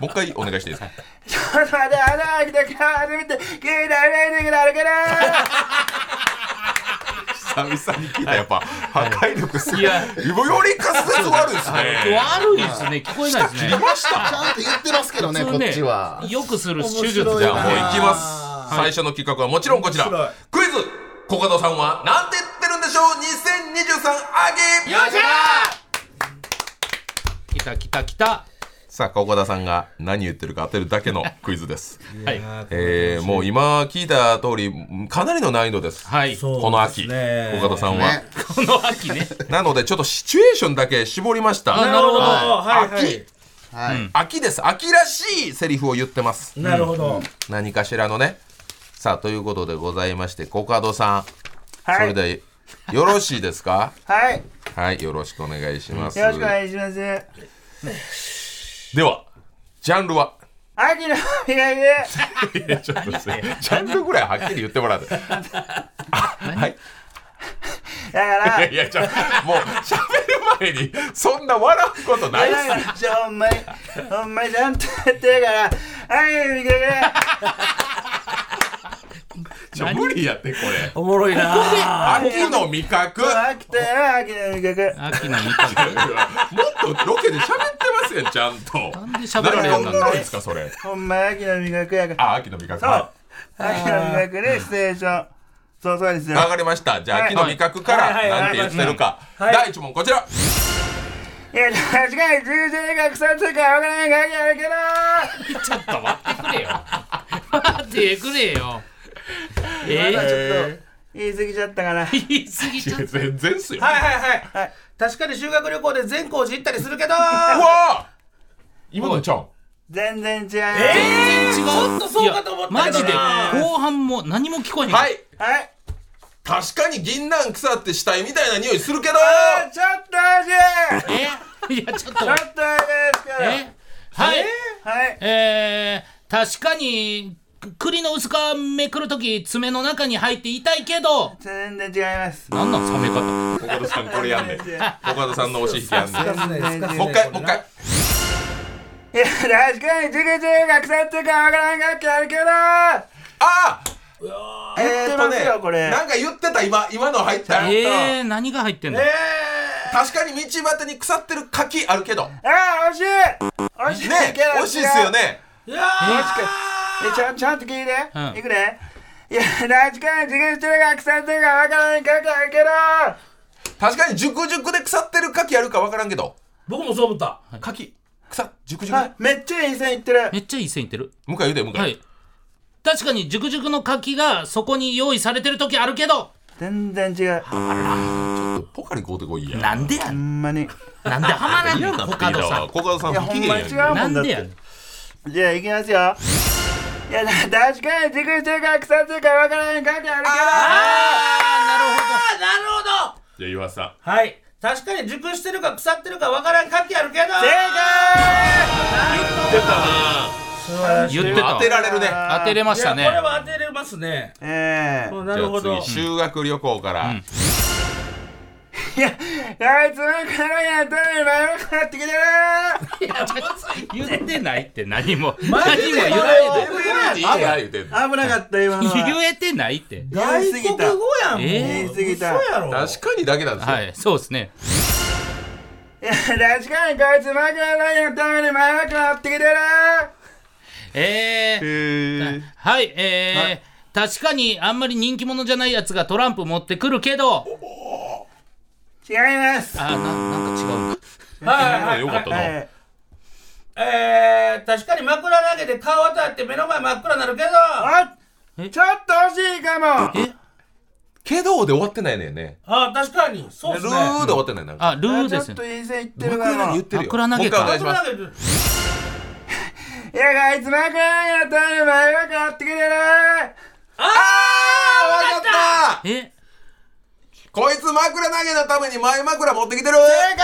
もう一回お願いしていいですか
ちょっと待ってあら来たら今日初めてゲートに行ったからから
久々に聞いたやっぱ破壊力すごい
い
より
や
滑舌悪いですね
悪いですね聞こえないですね
ちゃんと言ってますけどね
普
こ
通ね
っちは
よくする手
じ
術じ
ゃ
ゃ
あ
ん
もう
もう
い
行
き
き
ます最初の企画はもちろんこちらクイズコカドさんは何て言ってるんでしょう2023上げ
来た来た来た
さあコカドさんが何言ってるか当てるだけのクイズです、
はい
えー、もう今聞いた通りかなりの難易度です、
はいこ
この秋、
ね
コカドさんは、
ね
の秋ね
なのでちょっとシチュエーションだけ絞りました
あなるほど
はいはい
はい、
秋です秋らしいセリフを言ってます
なるほど
何かしらのねさあということでございましてコカドさん、
はい
それでよろしいですか
はい
はいよろしくお願いします
よろしくお願いします
ではジャンル は
秋の味覚
いやちょ っとジャンルぐらいはっきり言ってもらってあはい
から
いやいや、じゃあもう喋る前に、そんな笑うことないっすよ。
じゃ あお前お前ちゃんとやってるからはい見てくれ
ちょ無理やって、これ。
おもろいな
秋の味覚。
飽きたよ秋の味覚
秋の味覚
もっとロケで喋ってますやん、ちゃんと。なん
で喋られへん
ん
の
なんですか、それ。
ほんま秋の味覚やから
あ、秋の味覚。
そう
は
秋の味覚でステーションそうそうです
い
よ
わかりました。じゃあ、
はい
秋の味覚から、
はいはい
なん
はい
て言ってるか。
はい
第一問、こちら。
いや確かに重税が腐ってるから分からんかやるけど
ちょっと待ってくれよ待ってくれよえ
ま
ー、
だちょっと言い過ぎちゃったかな
言い過ぎちゃっ
いや全然っすよ。
はいはいは
はいい
確かに修学旅行で善光寺行ったりするけど
うわー今のちゃん。
全然違う
違
え
う
ちょっとそうかと思った
マ
けどな
ジで後半も何も聞こえへん
はい。
はい
確かに銀杏腐って死体みたいな匂いするけど
あちょっと味
え いやちょっと
ちょっと味ですから
えはい
はい
えー、確かにく栗の薄皮めくるとき爪の中に入って痛いけど
全然違います
なんなん冷め方
コカドさんこれやんねんコ
全然
カドさんの押し引きやんねん
すかせないすかせない
もう一回もう一回
いや確かに重税が腐ってるから分からんかやるけど
あ
言ってますよこれ
なんか言ってた今今の入った
えー、何が入ってんの、
確かに道端に腐ってる柿あるけどね
あ惜しい惜しいけど
惜しいっすよね
いやー
確かにえちゃんちゃんと聞いて、
うん
いくねいや確かに自給してるが腐ってるか分からんかやけど
確かに熟熟で腐ってる柿あるかわからんけど
僕もそう思った
柿腐熟熟
あめっちゃいい線いってる
めっちゃいい線いってる
向かい言うて向か
はいい確かに熟熟の柿がそこに用意されてる時あるけど
全然違うほ
ポカリ買うてこいや
なんでやねん
んまにい
なんでハマらん
嫌
の
な
コ
って
カ
きた
ドさ
わ
ん
コカドさん
や
不
ほ
機
ん
嫌
ま
や
に違
け
う
ど
も
なん
だ
ん
っ
で
て
やねん
じゃあいきますよいや確かに自給してるが腐ってるか分からんかやる
あ
けど
ーなるほど
じゃあ岩佐
はい確かに熟してるか腐ってるかわからん柿あるけど
正解
出たな
言って
当
た
てられるね
当てれました
いやこれ
ね
は当てれますね
ええ
うんなるほ
じゃあ
ど
次修学旅行から
いや、あいつのからやったら今よくなってきてる
言ってないって何も何も
マジで
言わ
これ
ないで
を
いいや言うてんの
危なかった今のは
言えてないって
外
言い過
国
ぎ
語
た
やんもう
えー
言い過ぎた
嘘やろ
確かにだけなんですよ
はいそうですね
いや、確かにこいつのからやったら今よくなってきてる
えー、はい、えー確かにあんまり人気者じゃないやつがトランプ持ってくるけど、
違います
あ、ななんか違うんだ。
はいはい
よかったな
はい
えー、確かに枕投げて顔当たって目の前真っ暗になるけどあ
あちょっと惜しいかも
けどで終わってないのよね。
あ確かにそう
ル
ですね
ーで終わってないなんか。
あ、ルー
ち
で
ょ
すね
っと。いい線いってる
枕投
か
げ
も
言
い
ってるよ。
枕投げか
もう一回お願いしま
枕
す。
投げて
や、こいつのからやったら今よくなってきてる
あー、わかった
え、
こいつ枕投げのために前枕持ってきてる
正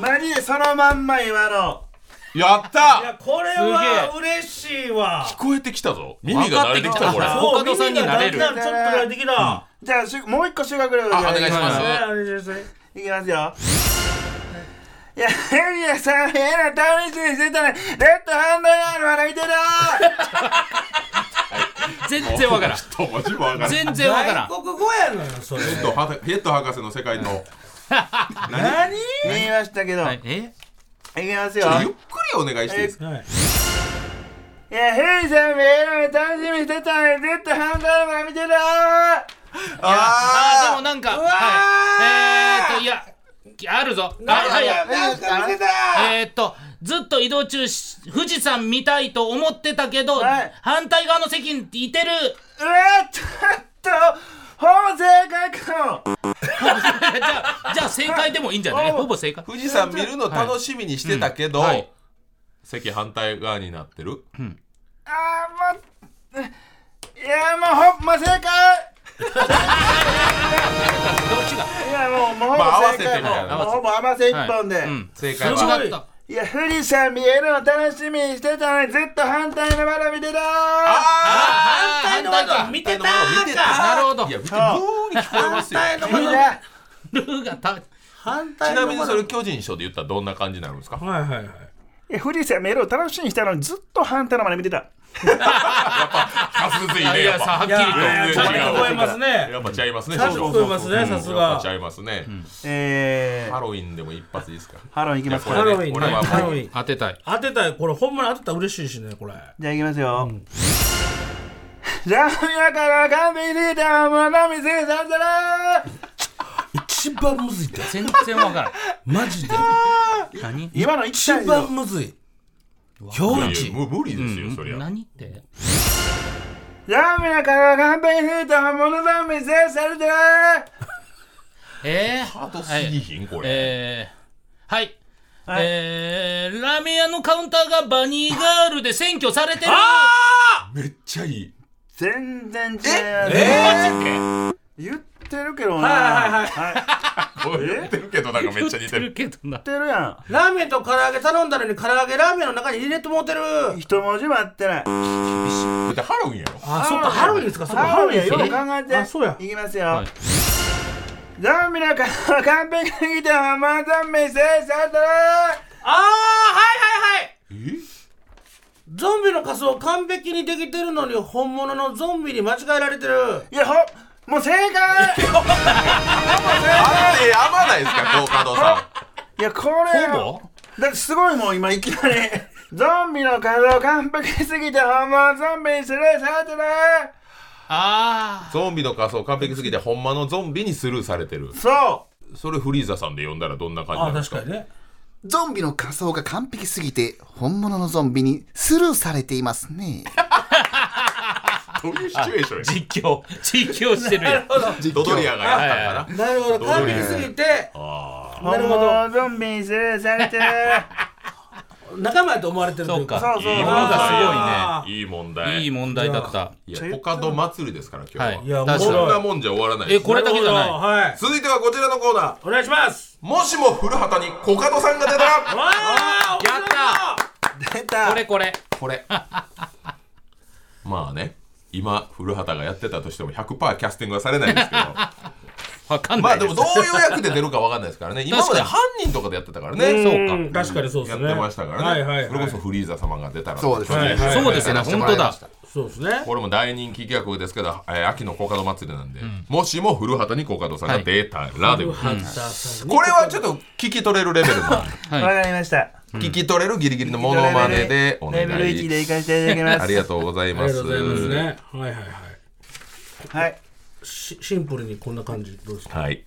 解マジでそのまんま今の
やっ
いや
た
これは嬉しいわ
聞こえてきたぞ。耳が慣れてきた、
わ
こ
か
れ。
ってき
あ、
たコカドさんになれる
そう耳がだんだんちょっと慣れてきた
じゃあしゅもう一個修学旅行
お願いします。
はいお願いします
いきますよ。いや、ヘビやさん、変な試しにしてたら、レッドハンドガールまだ見てる
全然わからん。
一文字もわからん。ヘ
全然わからん。
外国語やのよそれ
ッドはヘッド博士の世界の。
何
見ましたけど、
はい
い、
え、
きます
ゆ
よ
っ。くりお願いしていいですか
はい
いや、ヘビさん、変な試しにしてたら、レッドハンドガールまだ見てる
あー、でも
あ
なんか、はい。えーと、いや、あるぞ。はい、はいはい。
なんか見てた
えーっと、ずっと移動中し、富士山見たいと思ってたけど、
はい
反対側の席にいてる。
うわちょっと、法制学校
じゃあ、じゃあ正解でもいいんじゃないほぼ正解
ー。富士山見るの楽しみにしてたけど
はいうんはい、
席反対側になってる。
あー、もう、いや、もうほ、もう正解
どっちが
いや、もう、もうほぼ
まあ合わせ
正
て
解。
みたいな
もうほぼ合わせ一
はい
本で。
うん
正解は。
違った
いや、富士山見えるの楽しみにしてたのに、ずっと反対のまだ見てた
あ
反対の窓見てたーか
なるほど
いや、見て、ブーに聞こえますよ。
みんな、
ルーがた
反
ち
対
な
の
みにそれ巨人賞で言ったらどんな感じになるんですかやっ
はいはいはい
いや富士山見えるの楽しみにしてたのに、ずっと反対のまだ見てた。
ぱ、多数い
あ
ね、
い
やっ
や
ぱ
さ。はっきり
いや
と
ちゃんと聞こえますね
やっぱちゃいますね、
ちゃんと
そうそう
聞こえますね
うん
さすが
やっぱちゃいますね。
えー
ハ、ロウィンでも一発いいですか
ハロン行きます
いや
か
ハ。ロウィンね
俺はもう
ハロウィン
当てたい
当てたいこれほんまに当てたら嬉しいしねこれ
じゃあ行きますよ。ラーメン屋から完璧にたもの見せさせら
一番むずいって
全然わからん
マジで
何
今の一
一
番よ
番むずい今日
いや
一
もう無理ですよ、そりゃ。
何って
ラーメン屋から完璧にたもの見せされて
えー、
ハードすぎひん、これ。
えー、はい、えー、ラーメン屋のカウンターがバニーガールで占拠されてる
めっちゃいい。
全然違う。言ってるけどな。
はいはい
はい。言っ
これ言ってるけど、なんかめっちゃ似て
言
る。
ってるけどな
てるや
ラーメンと唐揚げ頼んだのに唐揚げラーメンの中に入れてもうてる
ん。一文字も合ってな
だっ
い。
てハロウィンやろ。
あそっかハロウィンですかそっか
ハ
ハ
ロ
ロウ
ウィン
ィ
や
ン
よ
よ
く考えて。
あそうや
いきますよ。
はい
ラーメン屋から完璧にたもの見せされて
ああはいはいはい
え
ゾンビの仮装完璧にできてるのに本物のゾンビに間違えられてる
いや、ほ、もう正解
あれ、やばないですか、 高カドさ
いや、これよ。だってすごいもう今いきな り。ゾンビの数を完璧すぎて、ほんまゾンビにするされてる
あ
ん。ゾンビの仮装完璧すぎて、ほんまのゾンビにスルーされてる。
そ
それフリーザさんで呼んだらどんな感じな
あ
んです
確
か
かにね
ゾンビの仮装が完璧すぎて本物のゾンビにスルーされていますね。
どういうシチュエーションや
ー実況実況してるやん
ドドリアがやったんかな、
なるほど完璧すぎて
う。
なる
ほ
ほ
ん
ど
まゾンビにするされてる
仲間やと思われてるというか
そうそう。
いいもん
だ
だ
あ
いい問題
いい問題だった
いやポカド祭りですから今日は、
はい
いや
確
も
こん
う
か
なもんじゃ終わらない
に
で
え
す
これだけじゃない
はい
続いてはこちらのコーナー
お願いします
もしも古畑にコカドさんが出たら
わあ
やった
出た
これこれ
これ まあね今古畑がやってたとしても100%キャスティングはされない ですけど
わかん
まあ
ない
で
で
も
す
どういう役で出るかわかんないですからね今まで犯人とかでやってたからね
そうか
うん確かにそうで
や
す
って
ね
ましたからね、
はいはい
それ
は
こ
い
そフリーザ様が出たら
そうですね
はいはいはい
そうですよね本当だ
そうですね
これも大人気企画ですけど、えー秋のコカド祭りなんで、もしも古畑にコカドさんが出たらでございます、これはちょっと聞き取れるレベルの、
はい
わかりました。
聞き取れるギリギリのモノマネでお願
レベル1
い
で行かせていただき
あ
ま
りがとうござい
あ
ま
り
す
がとうございますねはいはいはい
す。はい。
しシンプルにこんな感じどうですか
はい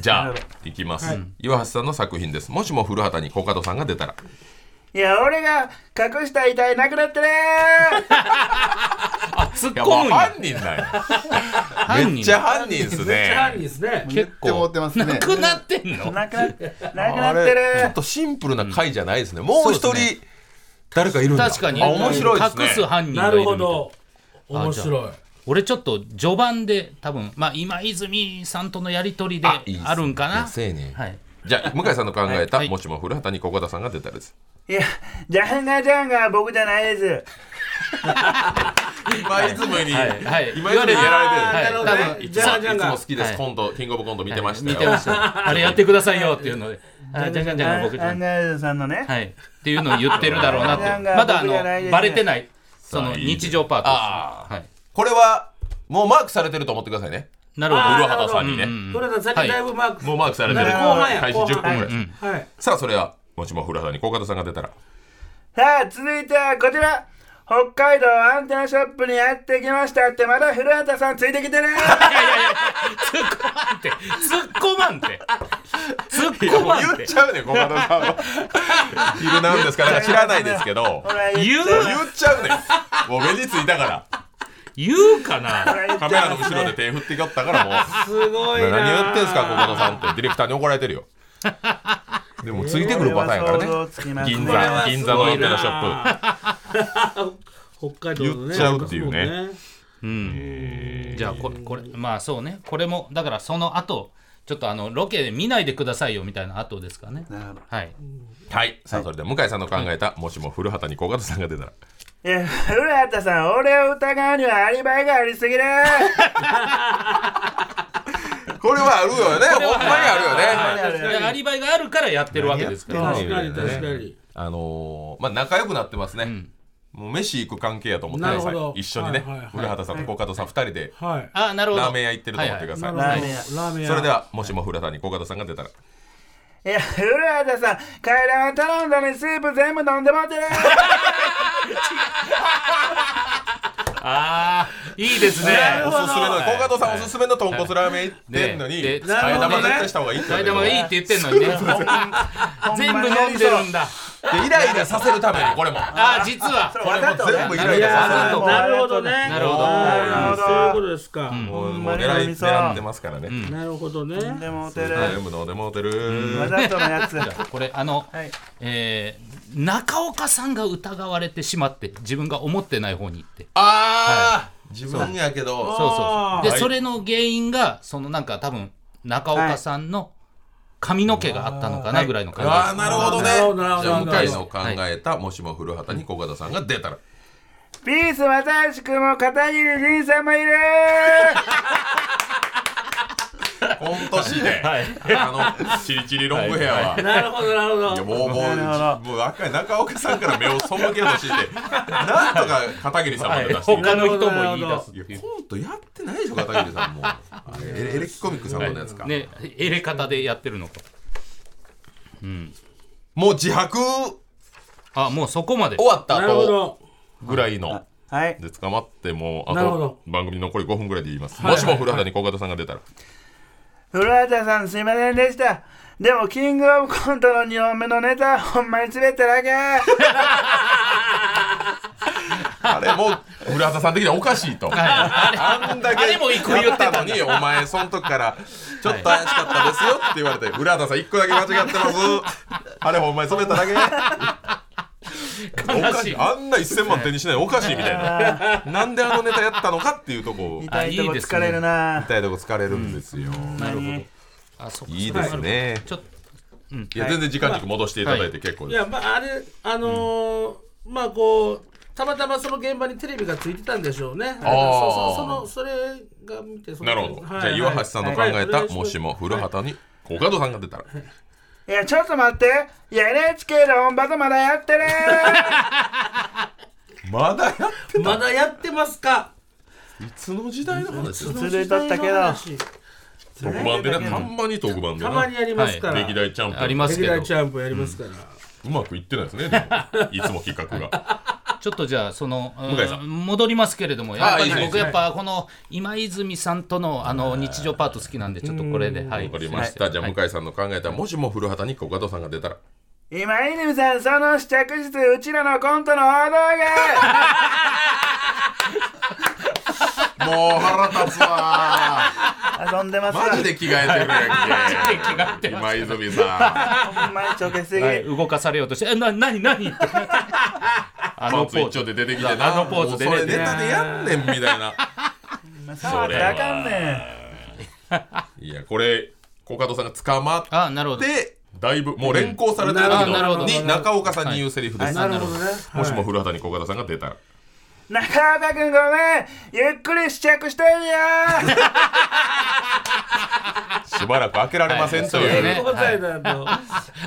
じゃ
な
あ
るほ
いきます、岩橋さんの作品ですもしも古畑にコカドさんが出たら
いや、俺が隠した遺体なくなってねー
突っ
いやも
込
う
むん
犯
や
人なんや
犯
めっちゃ犯人です
めっちゃ
ね
犯人ですね
結
って思
構
ってますね。
なくなって んの
なくなって、なくな
あ
ってる
れちょっとシンプルな回じゃないですね、もう一
そうです
人誰かいるんだ
確かに
あ面白いですね
隠す犯人が
ない
る
る
みた
ほ
いな
ど面白い
俺ちょっと序盤で多分まあ今泉さんとのやり取りで
いいっすね
あるんかな
せやね
はい
じゃあ向井さんの考えた、
はい
もしも古畑にここださんが出たらです
いや、ジャンガジャンガは僕じゃないです。
今いつもに、
はいはい
今いつもにやられて
は
る
い
なるほどね
多分
いつ
じゃあじゃあ
も好きです、
はい
コントキングオブコント見てましたよ、
見てましたあれやってくださいよっていうのであじゃんじゃんじゃん僕じ
ジ
ゃ
ャ
ん
ンガジャンガさんのね。
はいっていうのを言ってるだろうなっ
ジャ
て
ンガは
まだあ
僕じゃないで
の
すね
バレてないそ
さあ
の
いいね
日常パー
あ
トですはい
これはもうマークされてると思ってくださいね
なるほ
あ
古
ど
ー
畑さんにね、
なるほどうん
これださっきだいぶマーク
もうマークされてる
なるほど
開始10分ぐらい、
後半や
うん
はい
さあそれはもしも古畑にここださんが出たら
さあ、続いてはこちら。北海道アンテナショップにやってきましたって、まだ古畑さんついてきて
いや
る
いやいや突っ込まんて突っ込まんて
言
突っ込まん
ってちゃうねコカドさんは いるなんですから知らないですけど
ほら、言
言
っ
う
言っちゃうねもう目についたから
言うかな
た
カメラの後ろで手振ってきよったからもう
すごいなー
何言ってんすかコカドさんってディレクターに怒られてる よでもついてくるパターンやから
これは想像
ね
つきますね
銀
これは
座
すごいな
銀座のアンテナショップ
北海道
言
のね
っちゃうっていうね
うんじゃあこれこれまあそうねこれもだからその後ちょっとあのロケで見ないでくださいよみたいな後ですかね。はい。
はいさあそれでは向井さんの考えた、もしも古畑に小型さんが出たら
いや、古畑さん、俺を疑うにはアリバイがありすぎる。
これはあるよねほんまに
い
あるよね
やアリバイがあるからやってるわけですから。
確かに確かに
あのーまあ仲良くなってますね、もう飯行く関係やと思ってくださ
なるほ
い
ど
一緒にね、
はいはいはい
古畑さんとコカドさん2人で
はい
あなるほど。
ラーメン屋行ってると思ってください、
なるほど
ラ
ラーメン屋
それではもしも古畑にコカドさんが出たら
いや、古畑さん、階段を頼んだのにスープ全部飲んでもってる。
ああいいですね。
おすすめのコカドさんおすすめの豚骨ラーメン行ってんのに
はい
替
で
え玉絶対した方がいいって言わ
替
れてる
え玉がいいって言ってんのにね。全部飲んでるんだ。
でイライラさせるためにこれも
ああ実は
そう
これも
わざとね
全部イ
い
ライラ
や
させる
と
なるほどね
なるほど
あー
なるほど
そういうことですか
もう
ほん
もう
まに
狙い
そう
狙ってますからね、
なるほどね
飲んでもうてる。
全部飲んでもうてる、
わざとのやつ。
これあの、
はい
えー中岡さんが疑われてしまって自分が思ってない方に行って。
ああ、自分やけど
そうそうそうで、
はい
それの原因がそのなんか多分中岡さんの髪の毛があったのかなぐらいの感じです
ああなるほどね
なるほどなるほど
じゃあ
な
向
る
井
ほ
の考えた、もしも古畑に小型さんが出たら
ピース又吉君も片桐仁さんもいる。
今年で、あのチリチリロングヘアは、
なるほどなるほど
いやもうもうもう若い中岡さんから目を背けようと しててなんとか片桐さんまで出してくれ
他の人も言い出すって
るい
い
や
う。
コントやってないでしょ片桐さんもあれエレエレキコミックさんのやつか、
ね、入れ方でやってるのか。
もう自白終
あ、もうそこまで。
わった
なるほ
後
ど
ぐらいの
はい。
で捕まってもうあ
なるほ
と
ど
番組残り5分ぐらいで言います、もしも古畑に小型さんが出たら
古畑さんすいませんでした。でも、キングオブコントの2本目のネタ、ほんまに滑っただけ。
あれもう古畑さん的にはおかしいと。あんだけ
あれも一個言
や
っ
ってた
た
の
んだ
に、お前その時からちょっと怪しかったですよって言われて、古畑さん一個だけ間違ってます。あれお前染めただけ。おかしい。あんな1000万手にしないのおかしいみたいな。なんであのネタやったのかっていうとこ、
痛いとこ
いいですね
疲れるな。
痛いとこ疲れるんですよ。
なるほど。
あそっか
いいですね。
ちょっと
いや全然時間軸戻していただいて結構
い
です。
やまああれあのーまあこうたまたまその現場にテレビがついてたんでしょうね。
あー
そうそうそのそれが見てその
なるほど。じ
はい
ゃあ岩橋さんの考
は
え
い
たもしも古畑にコカドさんが出たら。
いや、ちょっと待って。いや、NHK の本場とまだやってる。
まだやってた
まだやってますか。
いつの時代の話です
忘れとったけど。
特番でね、たんまに特番で
た
な
まにやりますから。
歴代チャンピオン
あります
歴
けど
代
ち
チ
ょ
ャンプやりますから。
うまくいってないですねでもいつも企画が
っとじゃあその
向井さん
うん戻りますけれどもやっぱ
いいで
り
すね
僕やっぱこの今泉さんとのあの日常パート好きなんでちょっとこれではい
わかりましたじゃあ向井さんの考えたもしも古畑にコカドさんが出たら
今泉さんその試着室うちらのコントの報道が
もう腹立つわ
遊んでますわ
マジで着替えてるやんけ今泉さ
ほんまにちょけすぎ、
はい動かされようとしてえな何何って あ
んパ
の
ンツ
ポー
一
ズ
丁で出てきて
あのポーズでね
もうそれネタでやんねんみたいな
触ってあかんね
いやこれコカドさんが捕まっ
あなるほど
てだいぶもう連行されてる
うんなるほ
時
ど
に中岡さんに言うセリフです
なるほどね
もしも古畑にコカドさんが出たら
ん中岡くんごめんゆっくり試着してるよ
しばらく開けられませんと
はい
いう
そうですね
東西だと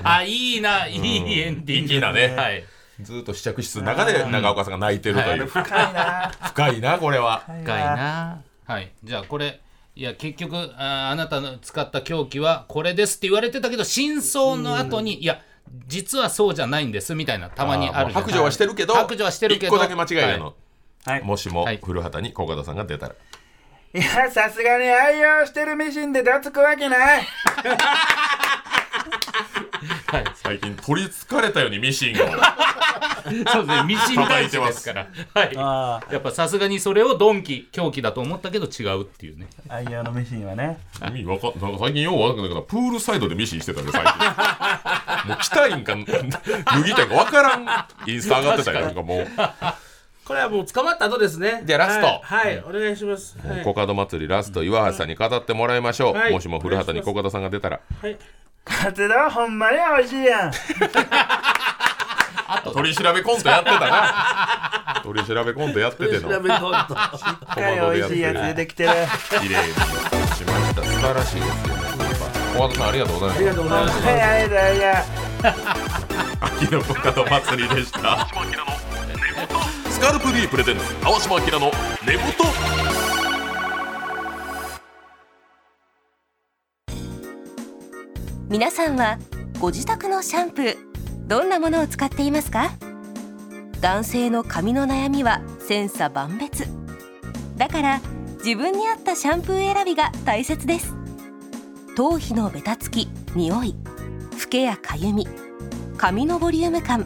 あいいないいエンディング
いいなね
はい
ずーっと試着室の中で長岡さんが泣いてるという、
深いな
深いなこれは
深いなはいじゃあこれいや結局ああなたの使った凶器はこれですって言われてたけど真相の後にいや実はそうじゃないんですみたいなたまにあるじゃん
白状はしてるけど
白状はしてるけど
1個だけ間違いなの、
はい
もしも
はい
古畑に小方さんが出たら、
いやさすがに愛用してるミシンでどつくわけない
はい、
最近取りつかれたようにミシンが
そうですねミシン大事ですからはいやっぱさすがにそれを鈍器凶器だと思ったけど違うっていう ね
愛用のミシンはね
意味わかなんか最近ようわかんないからプールサイドでミシンしてたんで最 近もう着たいんか脱ぎたいんかわからんインスタ上がってたりとかもう
これはもう捕まった後ですね
じゃあラスト
はい、はいお願いします、はい
コカド祭りラスト岩橋さんに語ってもらいましょう、
はい
もしも古畑にコカドさんが出たら
カツ丼ほんまに美味しいやん。
取り調べコントやってたな取り調べコントやってての
調べコント
コマンドでやっ
美味
て
しい
て
やつ出てきて る。
綺麗にしました素晴らしいですよねコカドさんありがとうござい
あり
ま
が
す
とうございます
はい、ありがとうございます。
秋のコカド祭りでしたスカルプ D プレゼンツ川島明の寝言
皆さんはご自宅のシャンプーどんなものを使っていますか男性の髪の悩みは千差万別だから自分に合ったシャンプー選びが大切です頭皮のベタつき、匂い、フけやかゆみ、髪のボリューム感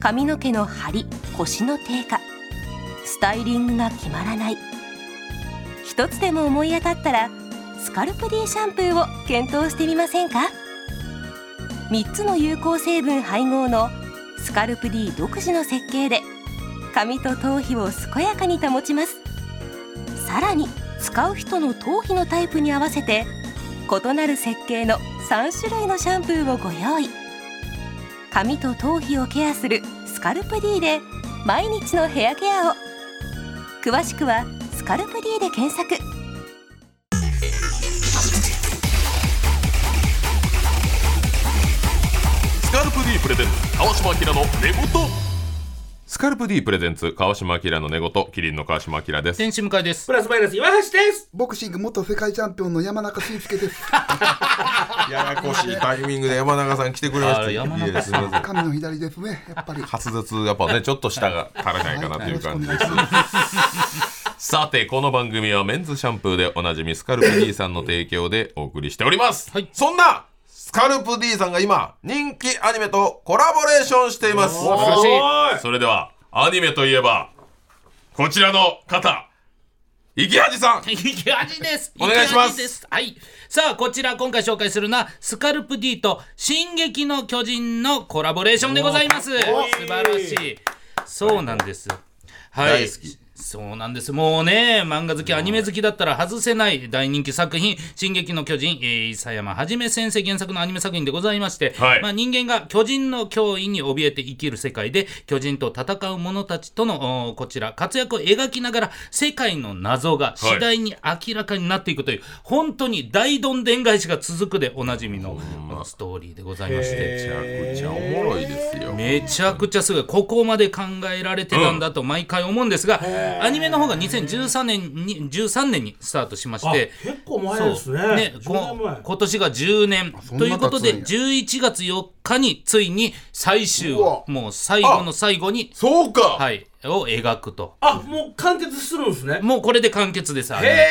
髪の毛の張り、腰の低下スタイリングが決まらない一つでも思い当たったらスカルプ D シャンプーを検討してみませんか3つの有効成分配合のスカルプ D 独自の設計で髪と頭皮を健やかに保ちますさらに使う人の頭皮のタイプに合わせて異なる設計の3種類のシャンプーをご用意髪と頭皮をケアするスカルプ D で毎日のヘアケアを詳しくは「スカルプ D」で検索
スカルプ D プレゼンツ川島明の寝言スカルプ D プレゼンツ川島明の寝言キリンの川島明です
天使迎えです
プラスマイナス岩橋です
ボクシング元世界チャンピオンの山中慎介です。
ややこしいタイミングで山中さん来てくれまし
あ
た
ー山中さん
いやすいません
神の左ですね、やっぱり。
滑舌やっぱねちょっと舌が足らないかなという感じです
はい
さてこの番組はメンズシャンプーでおなじみスカルプ D さんの提供でお送りしております、
はい
そんなスカルプ D さんが今人気アニメとコラボレーションしています
素晴らしい
それではアニメといえばこちらの方池橋さん
池味です。
お願いします
池味ですはい。さあ、こちら今回紹介するのは、スカルプ D と進撃の巨人のコラボレーションでございます。素晴らしい。そうなんです。はい。
大好き
そうなんですもうね漫画好きアニメ好きだったら外せない大人気作品「進撃の巨人」えー、伊佐山はじめ先生原作のアニメ作品でございまして、
はい
まあ、人間が巨人の脅威に怯えて生きる世界で巨人と戦う者たちとのおーこちら活躍を描きながら世界の謎が次第に明らかになっていくという、本当に大どんでん返しが続くでおなじみのストーリーでございまして。
めちゃくちゃおもろいですよ
めちゃくちゃすごいここまで考えられてたんだと毎回思うんですが、アニメの方が2013年に13年にスタートしまして
あ結構前ですね
そうね
10年前
こ今年が10年
んな
ということで
経つ
11月4日についに最終
うわ
もう最後の最後に、
そうか、
はい、を描くと
あもう完結するんですね
もうこれで完結ですあれ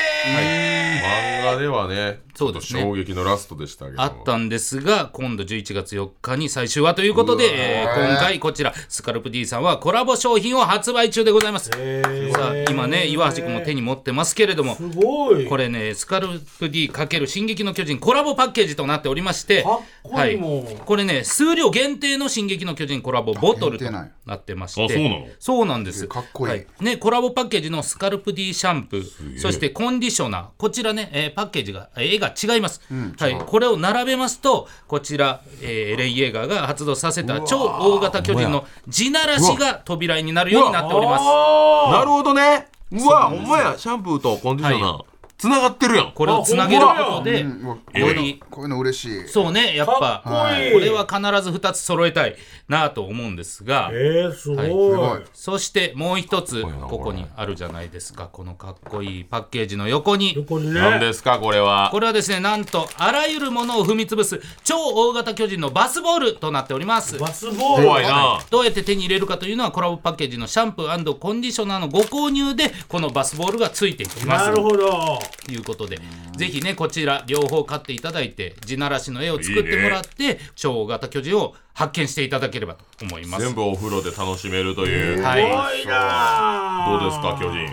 漫画ではね
そうですね
ちょっと衝撃のラストでしたけど
あったんですが今度11月4日に最終話ということで、えー今回こちらスカルプ D さんはコラボ商品を発売中でございます、さあ今ね岩橋君も手に持ってますけれども
すごい
これねスカルプ D× 進撃の巨人コラボパッケージとなっておりまして
かっこいいもん
はい、これね数量限定の「進撃の巨人」コラボボトルと
限定なんや
なってまして
あそうなの
そうなんです
かっこいい
はね、コラボパッケージのスカルプ D シャンプーそしてコンディショナーこちらね、えーパッケージがえー絵が違います、はい、これを並べますとこちら、えーレイ・イェーガーが発動させた超大型巨人の地ならしが扉絵になるようになっております
なるほどねうわほんまやシャンプーとコンディショナー、
は
繋がってるやん
これをつなげることでよ
うんわ
り
こういうの嬉しい。
そうね、やっぱ、
かっこいい
これは必ず2つ揃えたいなと思うんですが、
えー、すごい、
すごい。
そしてもう一つ、
っこいいな
ここにあるじゃないですか、このかっこいいパッケージの横に。
横にね
何ですかこれは
これはですね、なんと、あらゆるものを踏み潰す、超大型巨人のバスボールとなっております。
バスボール
怖いな
どうやって手に入れるかというのは、コラボパッケージのシャンプーコンディショナーのご購入で、このバスボールがついていきます。
なるほど
ということで、ぜひね、こちら、両方買っていただいて、地ならしの絵を作ってもらって、超大型巨人を発見していただければと思います。
全部お風呂で楽しめるという、
は
す
い。
ごいな
どうですか巨人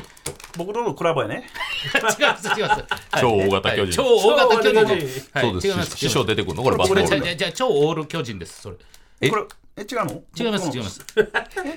僕とのコラボやね。
違います、違います。はい
超大型巨人
はい超大型巨人
超大型巨人
はい。違います。
師匠出てくるのこれバス
こ
ボー
れ、
ル
じゃあじゃあじゃあ超オール巨人です、それ。
え
これえ違うの
違います
この
違います
え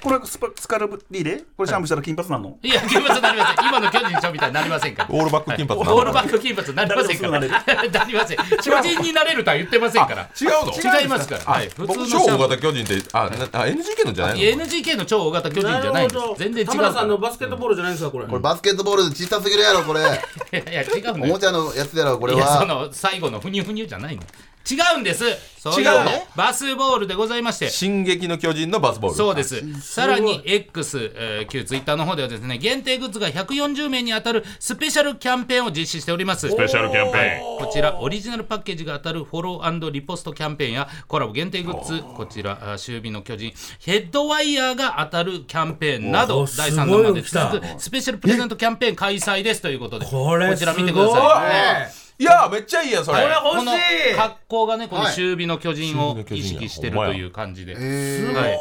これスパスカルブリーレこれシャンプーしたら金髪なの
いや、金 髪になりません。今の巨人ちゃんみたいになりませんから。
オールバック金髪
オ
なの
ールバック金髪になりませんから。
誰で
なりません。巨人になれるとは言ってませんから。
違うの
違いますから。はい。普
僕
通
超
のシャン
大
プー
型巨人ってあなあ NGK のじゃないの
NGK の超大型巨人じゃないんです。全然違う
田
から。
村さんのバスケットボールじゃないんですかこれ
これバスケットボール小さすぎるやろこ れ
いや、違う
お
の
も
よ。
ちゃのやつやろこれ
いや、そ
は
の最後のふにゅふにゅじゃないの。違うんです。そういう
違うの
バスボールでございまして。
進撃の巨人のバスボール
そうです。さらに X、えー旧ツイッターの方ではですね、限定グッズが140名に当たるスペシャルキャンペーンを実施しております。
スペシャルキャンペーン
こちらオリジナルパッケージが当たるフォローリポストキャンペーンやコラボ限定グッズこちらあ「終日の巨人」ヘッドワイヤーが当たるキャンペーンな
お
ど
ー
第3弾まです
ごいの
続くスペシャルプレゼントキャンペーン開催ですということで
これ
ちら見てください。
いやめっちゃいいやんそれ、
こ
こ
れ欲
の
しい
格好がねこの
はい
終日の巨人を
終日の巨人
意
や
識してる
ほんまや
という感じで、
えー
はい、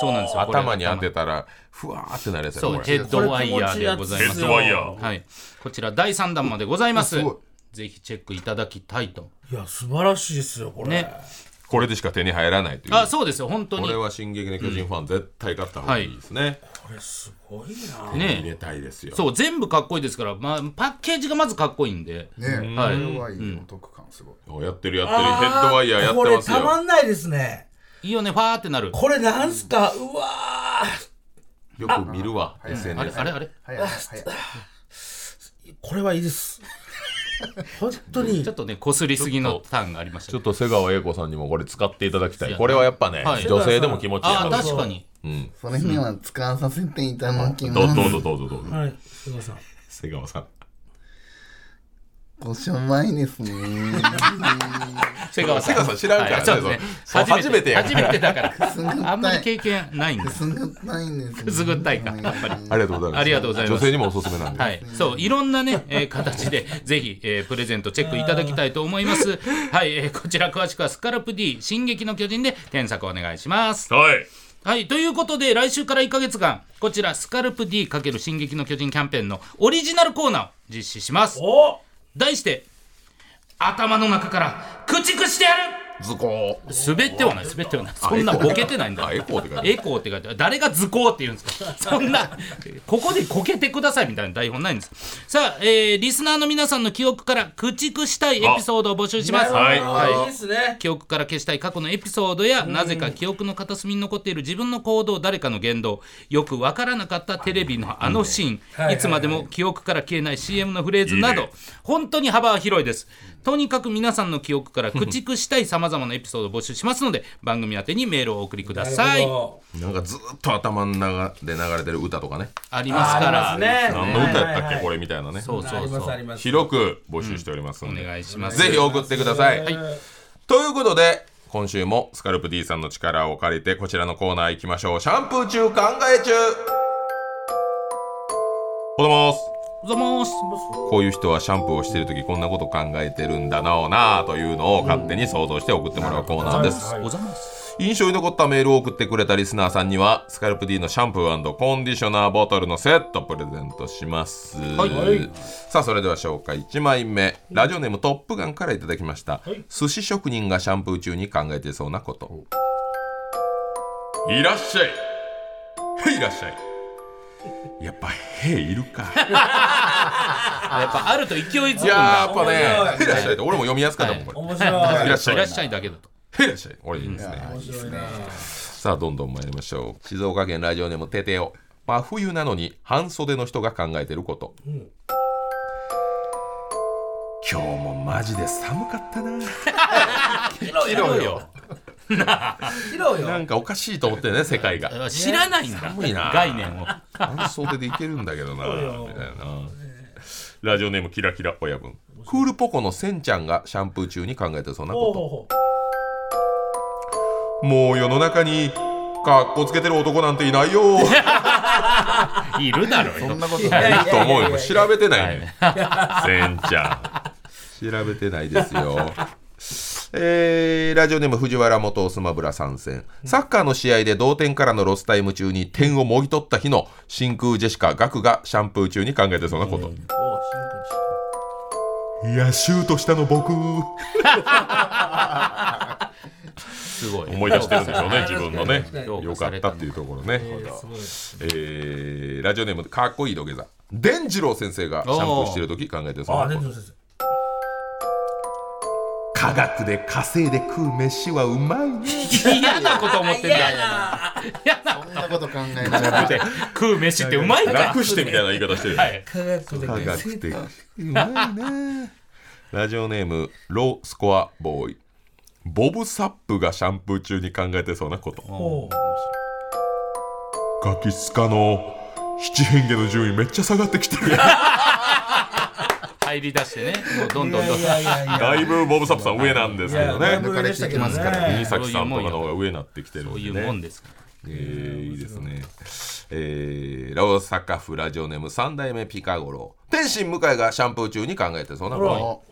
そうなんですよこれ
頭に当てたらふわーってなるやつや
そう
こ
ヘ
れ
ッドワイヤーでございます
ヘッドワイヤー
はい、こちら第3弾までございます
すごい
ぜひチェックいただきたいと
いや素晴らしいですよこれ、
ね
これでしか手に入らないという
あそうですよ本当
こ
に
れは進撃の巨人ファン絶対買った方がいいですね、
すごいな
ね
入れたいですよ
そう全部かっこいいですから、まあ、パッケージがまずかっこいいんで、
ね
はい
これはいいお得感すごい
やってるやってるヘッドワイヤーやってます
これたま
よ
んないですね
いいよねファーってなる
これなんすかうわ
よく見るわ SNS
あれあれあれ
早い早い
ーこれはいいです本当に
ちょっとねこすりすぎのターンがありました
ちょ
ね
っと瀬川栄子さんにもこれ使っていただきたいこれはやっぱね、
はい
女性でも気持ちいい
あ
や
あ
ろう
確かに
うん
それには使わさせていただき
ど
ま
う
す
どうぞどうぞどうぞ
はいすいません
瀬川さん
ごしょまいですね
瀬川さ
瀬
ん
川さん知らんからね
はいそう
そう
ですね
初めてや
初めてだから
すぐったい
あんまり経験ないんで
くすぐったいんですね
くすぐったいかやっぱり
ありがとうございます
ありがとうございます
女性にもおすすめなんで、
はい、そういろんなね、えー形でぜひ、えープレゼントチェックいただきたいと思います。はい、えーこちら詳しくはスカルプ D 進撃の巨人で検索お願いします。
はい
はい、ということで来週から1ヶ月間こちらスカルプ D× 進撃の巨人キャンペーンのオリジナルコーナーを実施します。
お
題して頭の中から駆逐してやる
図工
滑ってはない滑ってはないそんなボケてないんだ
あエコーって書いてある
エコーって書いてある誰が図工って言うんですか そんなここでこけてくださいみたいな台本ないんですさあ、えーリスナーの皆さんの記憶から駆逐したいエピソードを募集します
なるほど
はい
いですね
記憶から消したい過去のエピソードやなぜか記憶の片隅に残っている自分の行動誰かの言動よくわからなかったテレビのあのシーン、
いはい
いつまでも記憶から消えない CM のフレーズなど
いいね
本当に幅は広いですとにかく皆さんの記憶から駆逐したいさまざまなエピソードを募集しますので番組宛てにメールをお送りください
なんかずっと頭の中で流れてる歌とかね
ありますから
ありますね
何の歌やったっけ、
はいはいはい
これみたいなね
そう
あ
そう
り
そ
ますあ
う
ります
広く募集しておりますの
お
で、
願いします
ぜひ送ってください。ということで今週もスカルプ D さんの力を借りてこちらのコーナー行きましょうシャンプー中考え中子供
どうもーす
こういう人はシャンプーをしてる時こんなこと考えてるんだなぁなぁというのを勝手に想像して送ってもらうコーナーです、
おざます
印象に残ったメールを送ってくれたリスナーさんにはスカルプ D のシャンプーコンディショナーボトルのセットプレゼントします、
はい
さあそれでは紹介1枚目ラジオネームトップガンからいただきました、寿司職人がシャンプー中に考えてそうなこといらっしゃいはいいらっしゃいやっぱ兵いる か
あやっぱあると勢いづくん
いや
だ
やっぱね
面
兵
白い
いらっしゃいって俺も読みやすかったもんこれ、
面白
い
い
らっしゃい
いらっしゃいだけどと
へいらっしゃい。俺いいですね。さあ、どんどん参りましょう。静岡県ラジオネームテテオ。真冬なのに半袖の人が考えてること。今日もマジで寒かったな。
広い
広い
よ
よ。
広いよ
なんかおかしいと思ってね、世界が。
知らないんだ
寒いな
概念を
半袖でいけるんだけどな。みたいな。ラジオネームキラキラ親分。クールポコのせんちゃんがシャンプー中に考えてそうな
ほう
こ
ほう
と。
ほ
もう世の中にかっこつけてる男なんていないよ。
いるだろうよ
そんなこと
うい
ない
やいやいやいや
と思うよ調べてないねせんちゃん調べてないですよえーラジオネーム藤原元スマブラ参戦サッカーの試合で同点からのロスタイム中に点をもぎ取った日の真空ジェシカガクがシャンプー中に考えてそうなこと、いやシュートしたの僕
すごい
思い出してるんでしょう ね自分のね
評
よ
価
か
さ
っ
れ
た
た
っていうところね、
すごい
えーラジオネームかっこいい土下座伝次郎先生がシャンプーしてる時考えてるそう
あ
な
ね
こ
先
と
生
科学で稼いで食う飯はうまいね
嫌なこと思ってんだ
嫌な
そんなこと考え
じ
た
ゃな
ら
くて食う飯ってうまいか
楽してみたいな言い方してる、
はい
科学で
科学的うまいなラジオネームロースコアボーイボブサップがシャンプー中に考えてそうなこと
おう
ガキスカの七変化の順位めっちゃ下がってきてるやん
入り出してねもうどんどんどんど
い
ん
やいやいや
だいぶボブサップさん上なんですけどね
いやだぶ
抜かれてきますから
新
ね。
崎さんとかの方が上になってきてるん
そう
で
い
ね
うもんですから
えーいいですね。えー、ラオサカフラジオネーム三代目ピカゴロウ天心向井がシャンプー中に考えてそうなこと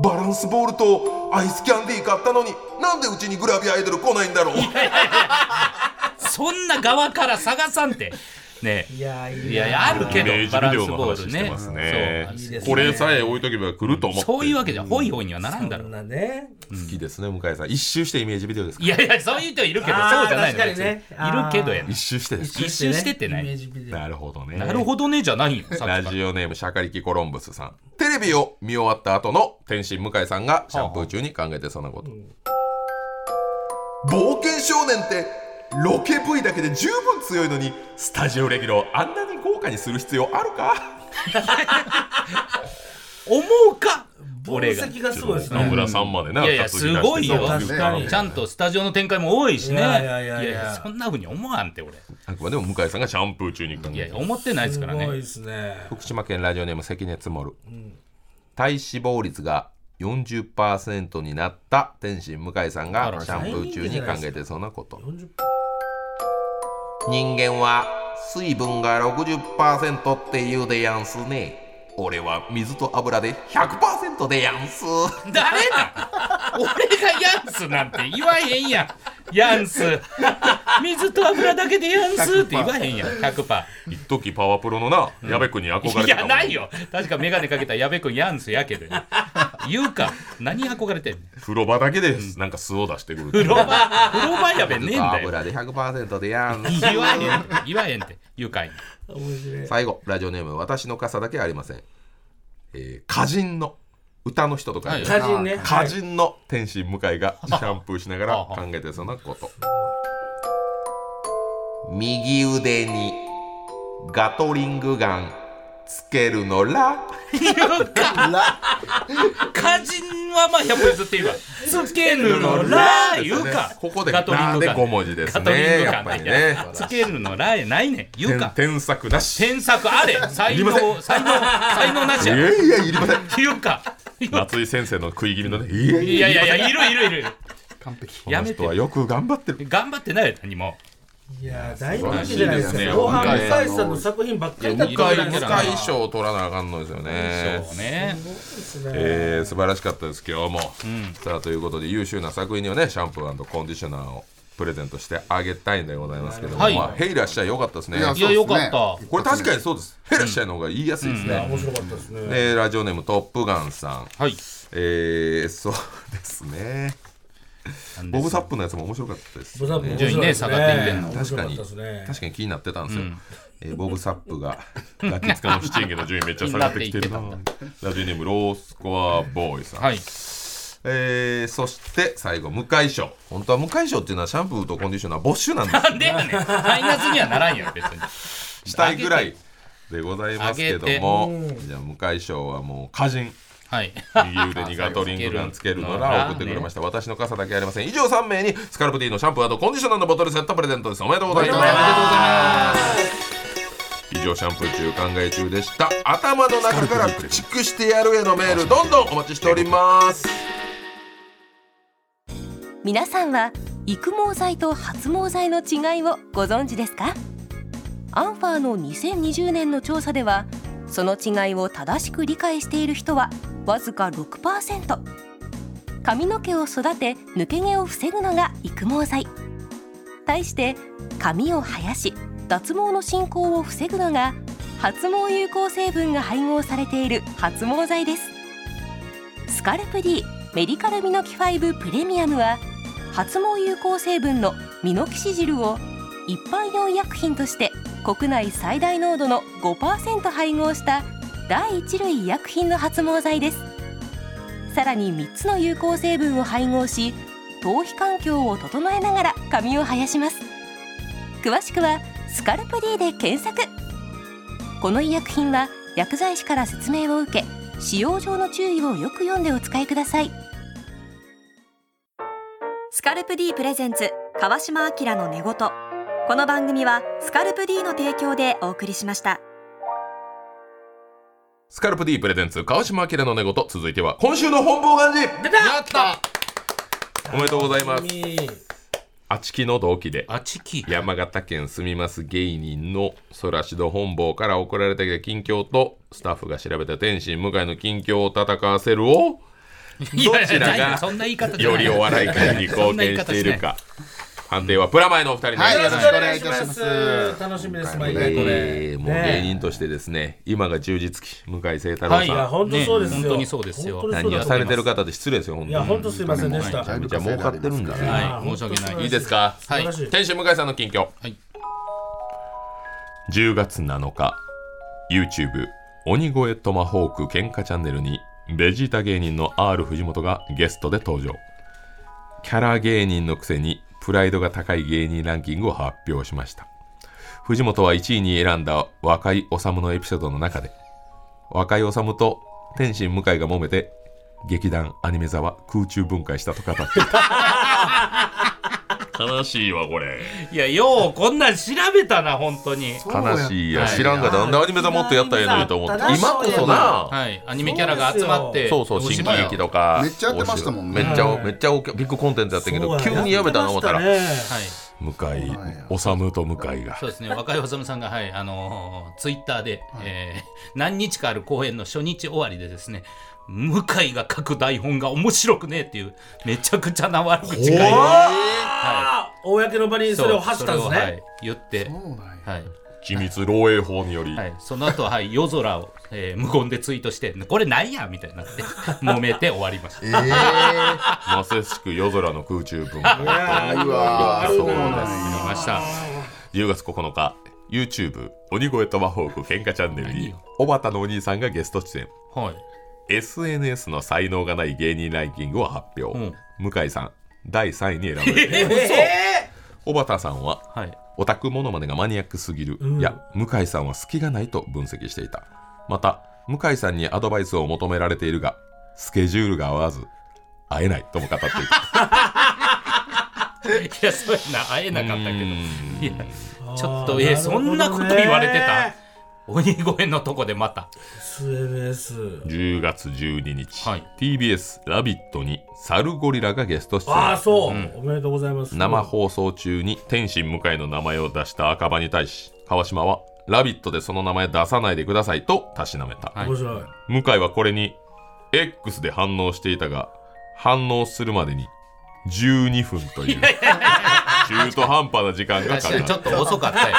お
バランスボールとアイスキャンディー買ったのになんでうちにグラビアアイドル来ないんだろう
そんな側から探さんてね
いやいや
えいやいやあるけ
イメー
ど
ジ
バ
ビ
ラン
デオ
ス
の
ボ
話
ール
してます
ね
ね
そう
ですね
これさえ置いとけば来ると思って
そういうわけじゃホイホイにはならんだ
そ
ろ
んなね
好きですね向井さん一周してイメージビデオですか
いやいやそういう人いるけど
あー
そうじゃないの
確かにね
別にいるけどやな
一周してです
一周しててな
イメー
い
ジビデオ
なるほどね
なるほどねじゃないよさっきから
ラジオネームシャカリキコロンブスさんテレビを見終わった後の天心向井さんがシャンプー中に考えてそうなこと、冒険少年ってロケ部位だけで十分強いのにスタジオレギュラーをあんなに豪華にする必要あるか
思うか
分
俺が
析がすごいですね
村さんまで
いやいやすごいよ
確かに
ちゃんとスタジオの展開も多いしね
いやいやいやいや
そんなふうに思わんて俺
あくまでも向井さんがシャンプー中に考
いや
え
い
て
や思ってないですから
すごい
ね
ですね
福島県ラジオネーム関根積もる、体脂肪率が40%になった天心向井さん
あ
が
ら
シャンプー中に考えてそうなこと
40
人間は水分が60%って言うでやんすね俺は水と油で100%でやん す
誰だ俺がヤンスなんて言わへんやんヤンス水と油だけでヤンスって言わへんやん100%
一時パワプロのな矢部君に憧れ
い
てたも
や
ん
ないよ確か眼鏡かけた矢部君ヤンスやけどね言うか何憧れてんの
風呂場だけでなんか素を出してくる
風呂場風呂場やべねえん
水と
だよ
油で100%でやんす
言わへんて言わへんって言うかい
面白い
最後ラジオネーム私の傘だけありません、えー、歌人の歌の人とか、
はい
歌人ね
歌人の天心向井がシャンプーしながら考えてそうなこと右腕にガトリングガンつけるのら
歌人はまあ100歩譲って言うわつけぬのら言うか
ここで
ガトリン
な
グ
んで
ガン
5文字です
ガトリン
ね
グ
や
ガ
っ
ン
ぱり
い
ね
やつけるのらえないねん言う
天
か
添削なし
添削あれ才能才能才能なし
い
や
やいやいりません
言うか 言うか
松井先生の食い気味のねいやい
い
や
やいやいやいるいるいる
完璧。
こ
や
の
め
人
て
はよく頑張ってる
頑張ってないよ何も
いやー大人気じゃないです
素晴らしいですね
か後半
本
向
当に
井さんの作品ばっかりだった
2
じゃ
回
ないです
いや
か
二
回賞取らなあかんのですよね
そうね
えー素晴らしかったです今日も、さあということで優秀な作品にはねシャンプーコンディショナーをプレゼントしてあげたいんでございますけども、
はい
まあ、ヘイラッシャー良かったですね
いやよかった
これ確かにそうですヘイラッシャーの方が言いやすいですね、
面白かったですね
えーラジオネームトップガンさん
はい
えー、そうですね
なんで
ボブサップのやつも面白かったです
ボザップ面
順位
白い
ね
です
下がっていってんの
確かにですね
確かに気になってたんですよ、えーボブ・サップがガキツカの七人家の順位めっちゃ下がってきてるな
気にな
ラジオネームロースコアボーイさん、
はい
えー、そして最後無解消本当は無解消っていうのはシャンプーとコンディショナー没収なんです
なんでやねんマイナスにはならんよ別に
したいぐらいでございますけどもじゃあ無解消はもう歌人
はい
右腕にガトリングガンつけるの ら送ってくれました私の傘だけありません以上3名にスカルプ D のシャンプーコンディショナーのボトルセットプレゼントですおめでとうございます以上シャンプー中考え中でした頭の中から駆逐してやるへのメールどんどんお待ちしております
皆さんは育毛剤と発毛剤の違いをご存知ですかアンファーの2020年の調査ではその違いを正しく理解している人はわずか6%髪の毛を育て抜け毛を防ぐのが育毛剤対して髪を生やし脱毛の進行を防ぐのが発毛有効成分が配合されている発毛剤ですスカルプ D メディカルミノキ5プレミアムは発毛有効成分のミノキシジルを一般用医薬品として国内最大濃度の5%配合した第一類医薬品の発毛剤ですさらに3つの有効成分を配合し頭皮環境を整えながら髪を生やします詳しくは「スカルプ D」で検索この医薬品は薬剤師から説明を受け使用上の注意をよく読んでお使いください
スカルプ D プレゼンツ川島明の寝言この番組はスカルプ D の提供でお送りしました
スカルプ D プレゼンツ川島明の寝言続いては今週の本望願寺
やった
おめでとうございます
いい
あちきの同期で
あちき
山形県住みます芸人のソラシド本坊から送られてきた近況とスタッフが調べた天心向井の近況を戦わせるを
いやいや
どちらが
いやそんな言い方じゃ
よ
ない
りお笑い界に貢献しているか判定はプラマイのお二人です、
はい、よろしくお願いいたします。
楽しみです
今
毎
回も
回
ね
こ
え
れ
ーもう芸人としてですね今が充実期向井誠太郎さん、
はい
いや本当そうですよ、
ね本当にそうですよ
本当に
何
そう
を
だと
さ
思
れ
います
てる方で失礼ですよ本当
い
に
や本当すいませんでした、
めちゃめちゃ儲かってるんだね
はい
はい申し訳ない
いいですか
はい
素晴らしい
天心向井さんの近況、
はい
10月7日 YouTube 鬼越トマホーク喧嘩チャンネルにベジータ芸人の R 藤本がゲストで登場キャラ芸人のくせにプライドが高い芸人ランキングを発表しました藤本は1位に選んだ若い修のエピソードの中で若い修と天心向井が揉めて劇団アニメ座は空中分解したと語っていた悲しいわこれ
いやようこんなん調べたな本当に
悲しいや
はい
知らんがなんでアニメ座もっとやったらええのにと思って
あ
今こそな
はいアニメキャラが集まって
そうそう新喜劇
と
とか
めっちゃやってましたもんね
めっちゃ
はい
めっちゃ大きいビッグコンテンツやったけど
そう
急にやめたな思ったら
やってましたね
はい
向井
そうなんや
修と向井が
そうですね若いおさむさんがはいあのツイッター Twitter で、えー何日かある公演の初日終わりでですね向井が書く台本が面白くねえっていうめちゃくちゃな悪口が
おー
は
公の場にそれを発したんですね、
そうそれをはい言って
そうなんや
はい、
機密漏洩法により
はい、その後は、はい、夜空を、えー無言でツイートしてこれなんやみたいになって揉めて終わりました
えー
まさしく夜空の空中分解
いやー、うわー、
そう
なんや
ありました
10月9日 YouTube 鬼越トマホーク喧嘩チャンネル
何
に
よ
おばたのお兄さんがゲスト出演
はい
SNS の才能がない芸人ランキングを発表、
うん
向井さん第3位に選ばれています小畑さんは
はい
オタクモノマネがマニアックすぎる、
うん
いや向井さんは隙がないと分析していたまた向井さんにアドバイスを求められているがスケジュールが合わず会えないとも語っていた
いやそうやな会えなかったけど
う
い
ーん
や
あー
ちょっとえ
るほど
そんなこと言われてた鬼越のとこでまた
SNS
10月12日、
はい
TBS「ラビット!」にサルゴリラがゲスト出
ああ
演
そう、おめでとうございます
生放送中に天心向井の名前を出した赤羽に対し川島は「ラビット!」でその名前出さないでくださいとたしなめた、
はい
面白い
向井はこれに X で反応していたが反応するまでに12分という中途半端な時間がか
確
か
か
る
にちょっと遅かったよ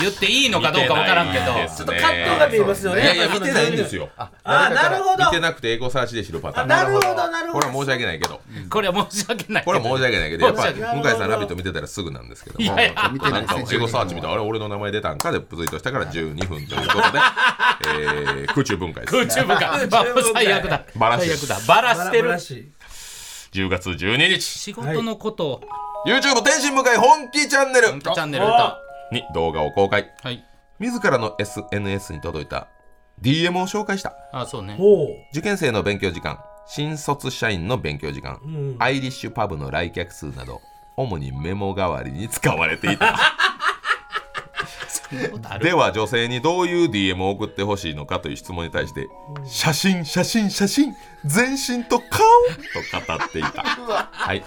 言っていいのかどうかわからんけど
ち
ちょっと葛藤が見えますよね
いやいや見てないんですよ
あーなるほど
見てなくてエゴサーチで知るパターン
なるほどなる
こ
ほ
れ
ど
は申し訳ないけど
これは申し訳ない
これは申し訳ないけどやっぱ
申
り
し
向井さん「ラビット!」見てたらすぐなんですけど
い
も
やいや
見て
な
な
いん
です
か
ね。
エゴサーチ見たらあれ俺の名前出たんかでツイートしたから12分ということでえー空中分解です
空中部かまあ最悪だ
バラし
最悪だバラ
バ
し
ラ
て
バ
る
ラしい
10月12日
仕事のことを
YouTube 天心向井本気チャンネル
本気チャンネルと
あ
に動画を公開
はい
自らの SNS に届いた DM を紹介した
あそうね
ほう
受験生の勉強時間新卒社員の勉強時間、
ん
アイリッシュパブの来客数など主にメモ代わりに使われていたでは女性にどういう DM を送ってほしいのかという質問に対して「写真写真写真全身と顔」と語っていたはい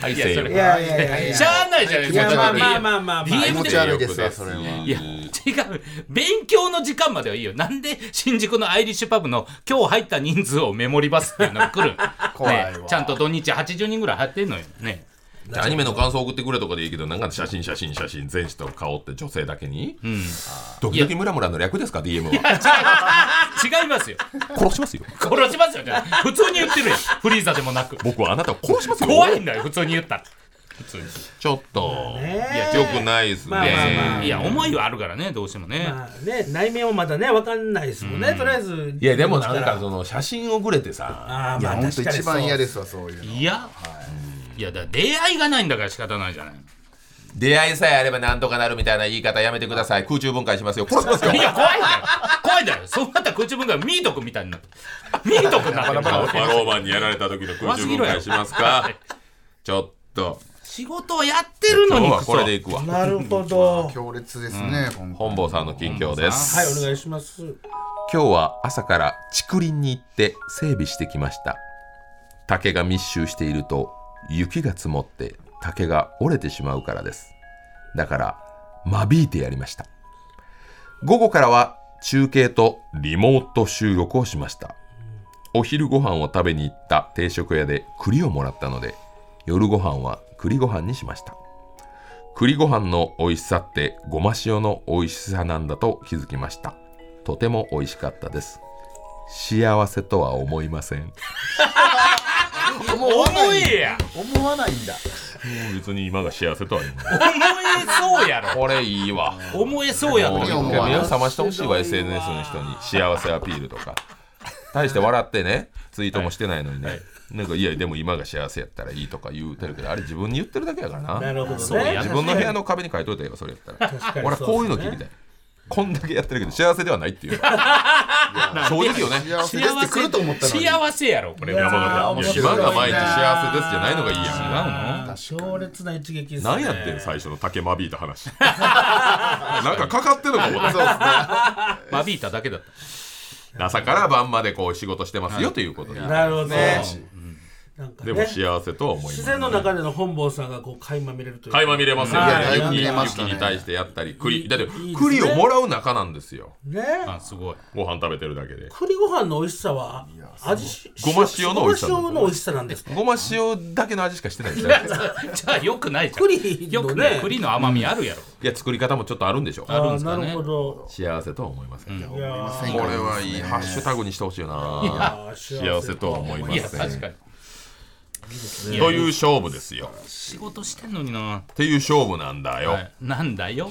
はい
いや
せ
そ
ーの
れい
いやいやいやいや。
しゃあないじゃないで
い
す
や
か
まあまあまあまあまあ
DM
気持ち悪いですわ、それは。
いや違う勉強の時間まではいいよなんで新宿のアイリッシュパブの今日入った人数をメモリバスっていうのが来る
怖いわ
ねちゃんと土日80人ぐらい入ってんのよね
じゃあアニメの感想送ってくれとかでいいけど、なんか写真、写真、写真、全身と顔って女性だけに、
うん、違
ドキドキムラムラの略ですか、DM は。
いますよ
殺しますよ。
殺しますよじゃあ普通に言ってるよフリーザでもなく
僕はあなたを殺しますよ。
怖いんだよ普通に言ったら普通に
ちょっと、
ね
よくないですね。
まあまあまあ
いや思いはあるからねどうしてもね、
まあね、内面はまだね、わかんないですもんね、とりあえず。
いやでもなんかその写真をくれてさ
ああ、
いや、
まあ、
本当
確かに
一番嫌ですわ、そういうの。
いや、い、やだから出会いがないんだから仕方ないじゃない
出会いさえあればなんとかなるみたいな言い方やめてください空中分解しますよ殺しますよ
いや怖いんだよ怖いんだよそうなったら空中分解ミート君みたいになってミート君になってるから
パローマンにやられた時の空中分解しますかちょっと
仕事をやってる
今
の
日
に
は
クソ
これでいくわ
なるほど。
強烈ですね、本当
本坊さんの近況です
はい、お願いします。
今日は朝から竹林に行って整備してきました竹が密集していると雪が積もって竹が折れてしまうからですだから間引いてやりました午後からは中継とリモート収録をしましたお昼ご飯を食べに行った定食屋で栗をもらったので夜ご飯は栗ご飯にしました栗ご飯の美味しさってごま塩の美味しさなんだと気づきましたとても美味しかったです幸せとは思いません
思わな
重
い
いや
思わないんだ。
別に今が幸せとは
重えそうやろ
これいいわ
重えそうや
もう
ろ
一
い
回
や思わ
目
ない
を覚ましてほしいわ SNS の人に幸せアピールとか大して笑ってねツイートもしてないのにね、なんかいやでも今が幸せやったらいいとか言うてるけどあれ自分に言ってるだけやからな
なるほど
うや
ね。
自分の部屋の壁に書いといたよそれやったら
確かに
俺はこういうの
そ
聞
で
きた
すね
いこんだけやってるけど幸せではないって いう正直よね
幸せですって
幸
来ると思ったの
せ
に。
幸せやろこれ
いや
山形
ー
い
面
や
白
今が毎日
面白いな
幸せですじゃないのがいいやん
違
強烈な一撃です、ね。
何やってん最初の竹間引いた話 なんかかかってるのかも
そうで
う
すね。
の間引いただけだった
朝から晩までこう仕事してますよということで
なるほどね。なんか
でも
ね、
幸せとは思います
自然の中での本坊さんがこう垣間見れるというか
垣間見れますよ
は
ね
い垣間
雪
見れましたね
雪に対してやったり栗だって
いいですね
栗をもらう仲なんですよ
ね。
あすごい
ご飯食べてるだけで
栗ご飯の美味しさは味し
ごま塩の美味しさ
ごま塩の美味しさなんですか。
ごま塩だけの味しかしてないです ね
じゃあよくないじゃん
栗
よ
の
く
ね
ね。栗の甘みあるやろ、
いや作り方もちょっとあるんでしょう
あ
るん
あ
ですか
な
ね
るほど。
幸せとは思いますけど
いやー
これはいいハッシュタグにしてほしいよな
あー
幸せとは思いま
いや
せ
確
ん
かに
という勝負ですよ
仕事してんのにな、
っていう勝負なんだよ、
はいなんだよ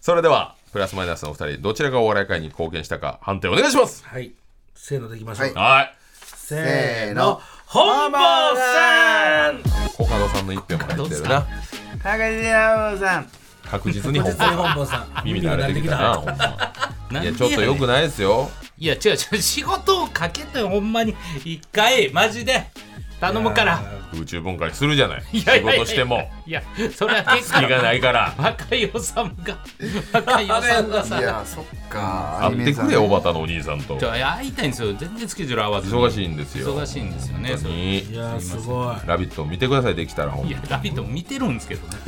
それではプラスマイナスのお二人どちらがお笑い界に貢献したか判定お願いします
はい。せーのでいきましょう。
はい
はい
せ
ー
ー
の
の。本坊さん。
コカドさんの一票も入ってるな
高木山さん
確実に
実
本
際
番
本坊さん。
耳慣れてきたなほん
な
まい
んで
や
ね
ちょっとよくないですよ
いや違う違う仕事をかけてほんまに一回マジで頼むから
空中分解するじゃない
い
仕
やいやいや
事しても
いやそれは結
気が
果
ないから
若いおさむが若いおさむが
い
さ
や、そっか。アニ
会っ
メ
て
さん
くれおばたのお兄さんと
ちょいや会いたいんですよ全然スケジュール合わずに
忙しいんですよ
忙しいんですよね
本当
それ
に
いやーすごい。
ラビット見てくださいできたらほん
いや「ラビット!」見てるんですけ どね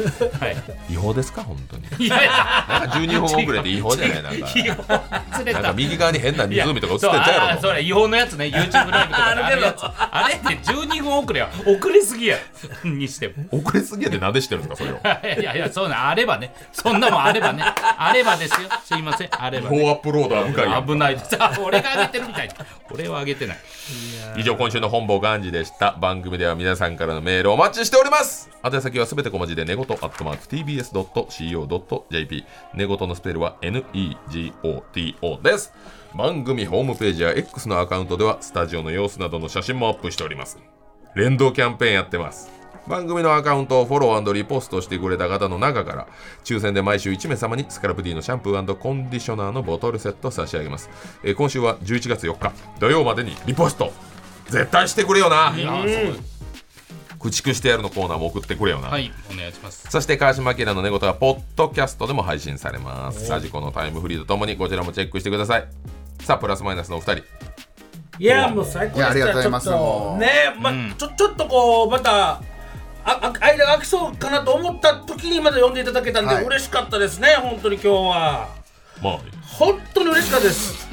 はい
違法ですか本当に
いやいや
なんか12分遅れて違法じゃないなんか
違う釣れ
なん
た
か右側に変ない
や
湖とか映ってんちゃうや
そうあー
ろ
それ違法のやつね YouTube ライブとかであるやつあれって12分遅れは遅れすぎ やにしても
遅れすぎやでなんでしてるんですかそれを
いやいやそうなんあればねそんなもんあればねあればですよすいませんあれば、ね、
アップローダー向
危ない ですあ俺が上げてるみたい俺は上げてない
以上今週の本坊ガンジでした番組では皆さんからのメールをお待ちしております宛先はすべて小文字で寝言アットマーク tbs.co.jp 寝言のスペルは negoto です番組ホームページや X のアカウントではスタジオの様子などの写真もアップしております連動キャンペーンやってます番組のアカウントをフォローリポストしてくれた方の中から抽選で毎週1名様にスカルプ D のシャンプーコンディショナーのボトルセットを差し上げます、えー今週は11月4日土曜までにリポスト絶対してくれよな駆逐してやるのコーナーも送ってくれよな、
はいお願いします
そして川島明の寝言はポッドキャストでも配信されますラジコのタイムフリーとともにこちらもチェックしてくださいさあプラスマイナスのお二人
いやもう最高でした
いやありがとうございます
ちょ
も
っと
う
ねまちょちょっとこうまたああ間が空きそうかなと思った時にまだ呼んでいただけたんで、
はい
嬉しかったですね本当に今日は
まあ
本当に嬉しかったです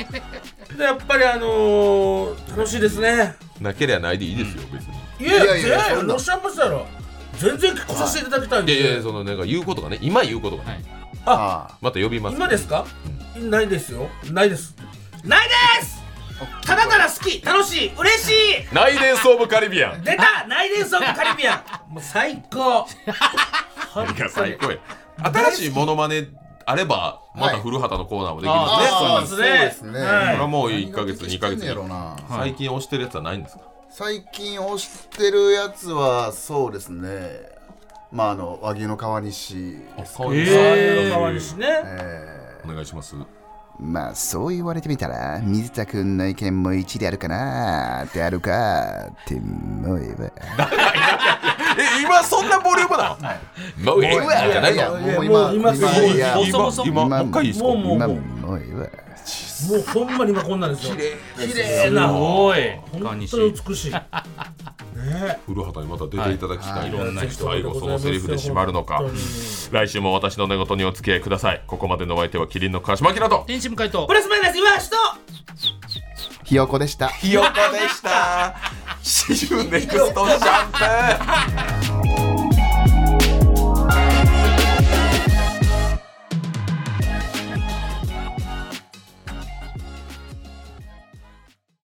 でやっぱりあのー、楽しいですね
なけりゃないでいいですよ別に
いやいや
いやいや
いや
そんな
おっしゃいましたやろ全然来させていただきたいん
いや
で、
いやいやそのなんか言うことがね今言うことがね、
あ
また呼びます
今ですかないですよないですないですただただ好き楽しい嬉しい
ナイデンス・オブ・カリビアン
出た内伝ソングカリビアンもう最高
いや最高や新しいモノマネあればまた古畑のコーナーもできますね、
あ
そ
そうう
で
ですす
ね
ね
はい
これはもう1ヶ月2ヶ月
何が出てきてんねやろな
最近押してるやつはないんですか
最近推してるやつはそうですねまああの和牛の川西です
そうです
代わりしね
え
お願いします
ーまあそう言われてみたら水田君の意見も一理あるかなってあるかって思えば
え今そんなボリュームなのもうええわじゃない
いや
の
もう
も
今
う今すごい
いや
もう
今
そもそも
今も
今
う一回いいですか
もうも
今もうええわ
もうほんまに今こんなんですよ綺麗な
すごい川
本
西
当に美しいねえ
古畑にまた出ていただきたい、い、ろんな人最後そのセリフで締まるのか
本当に
来週も私の寝言にお付き合いくださいここまでのお相手はキリンの川島明と
天使向井と
プラスマイナス岩橋と
ひよこでした
ひよこでした See you next time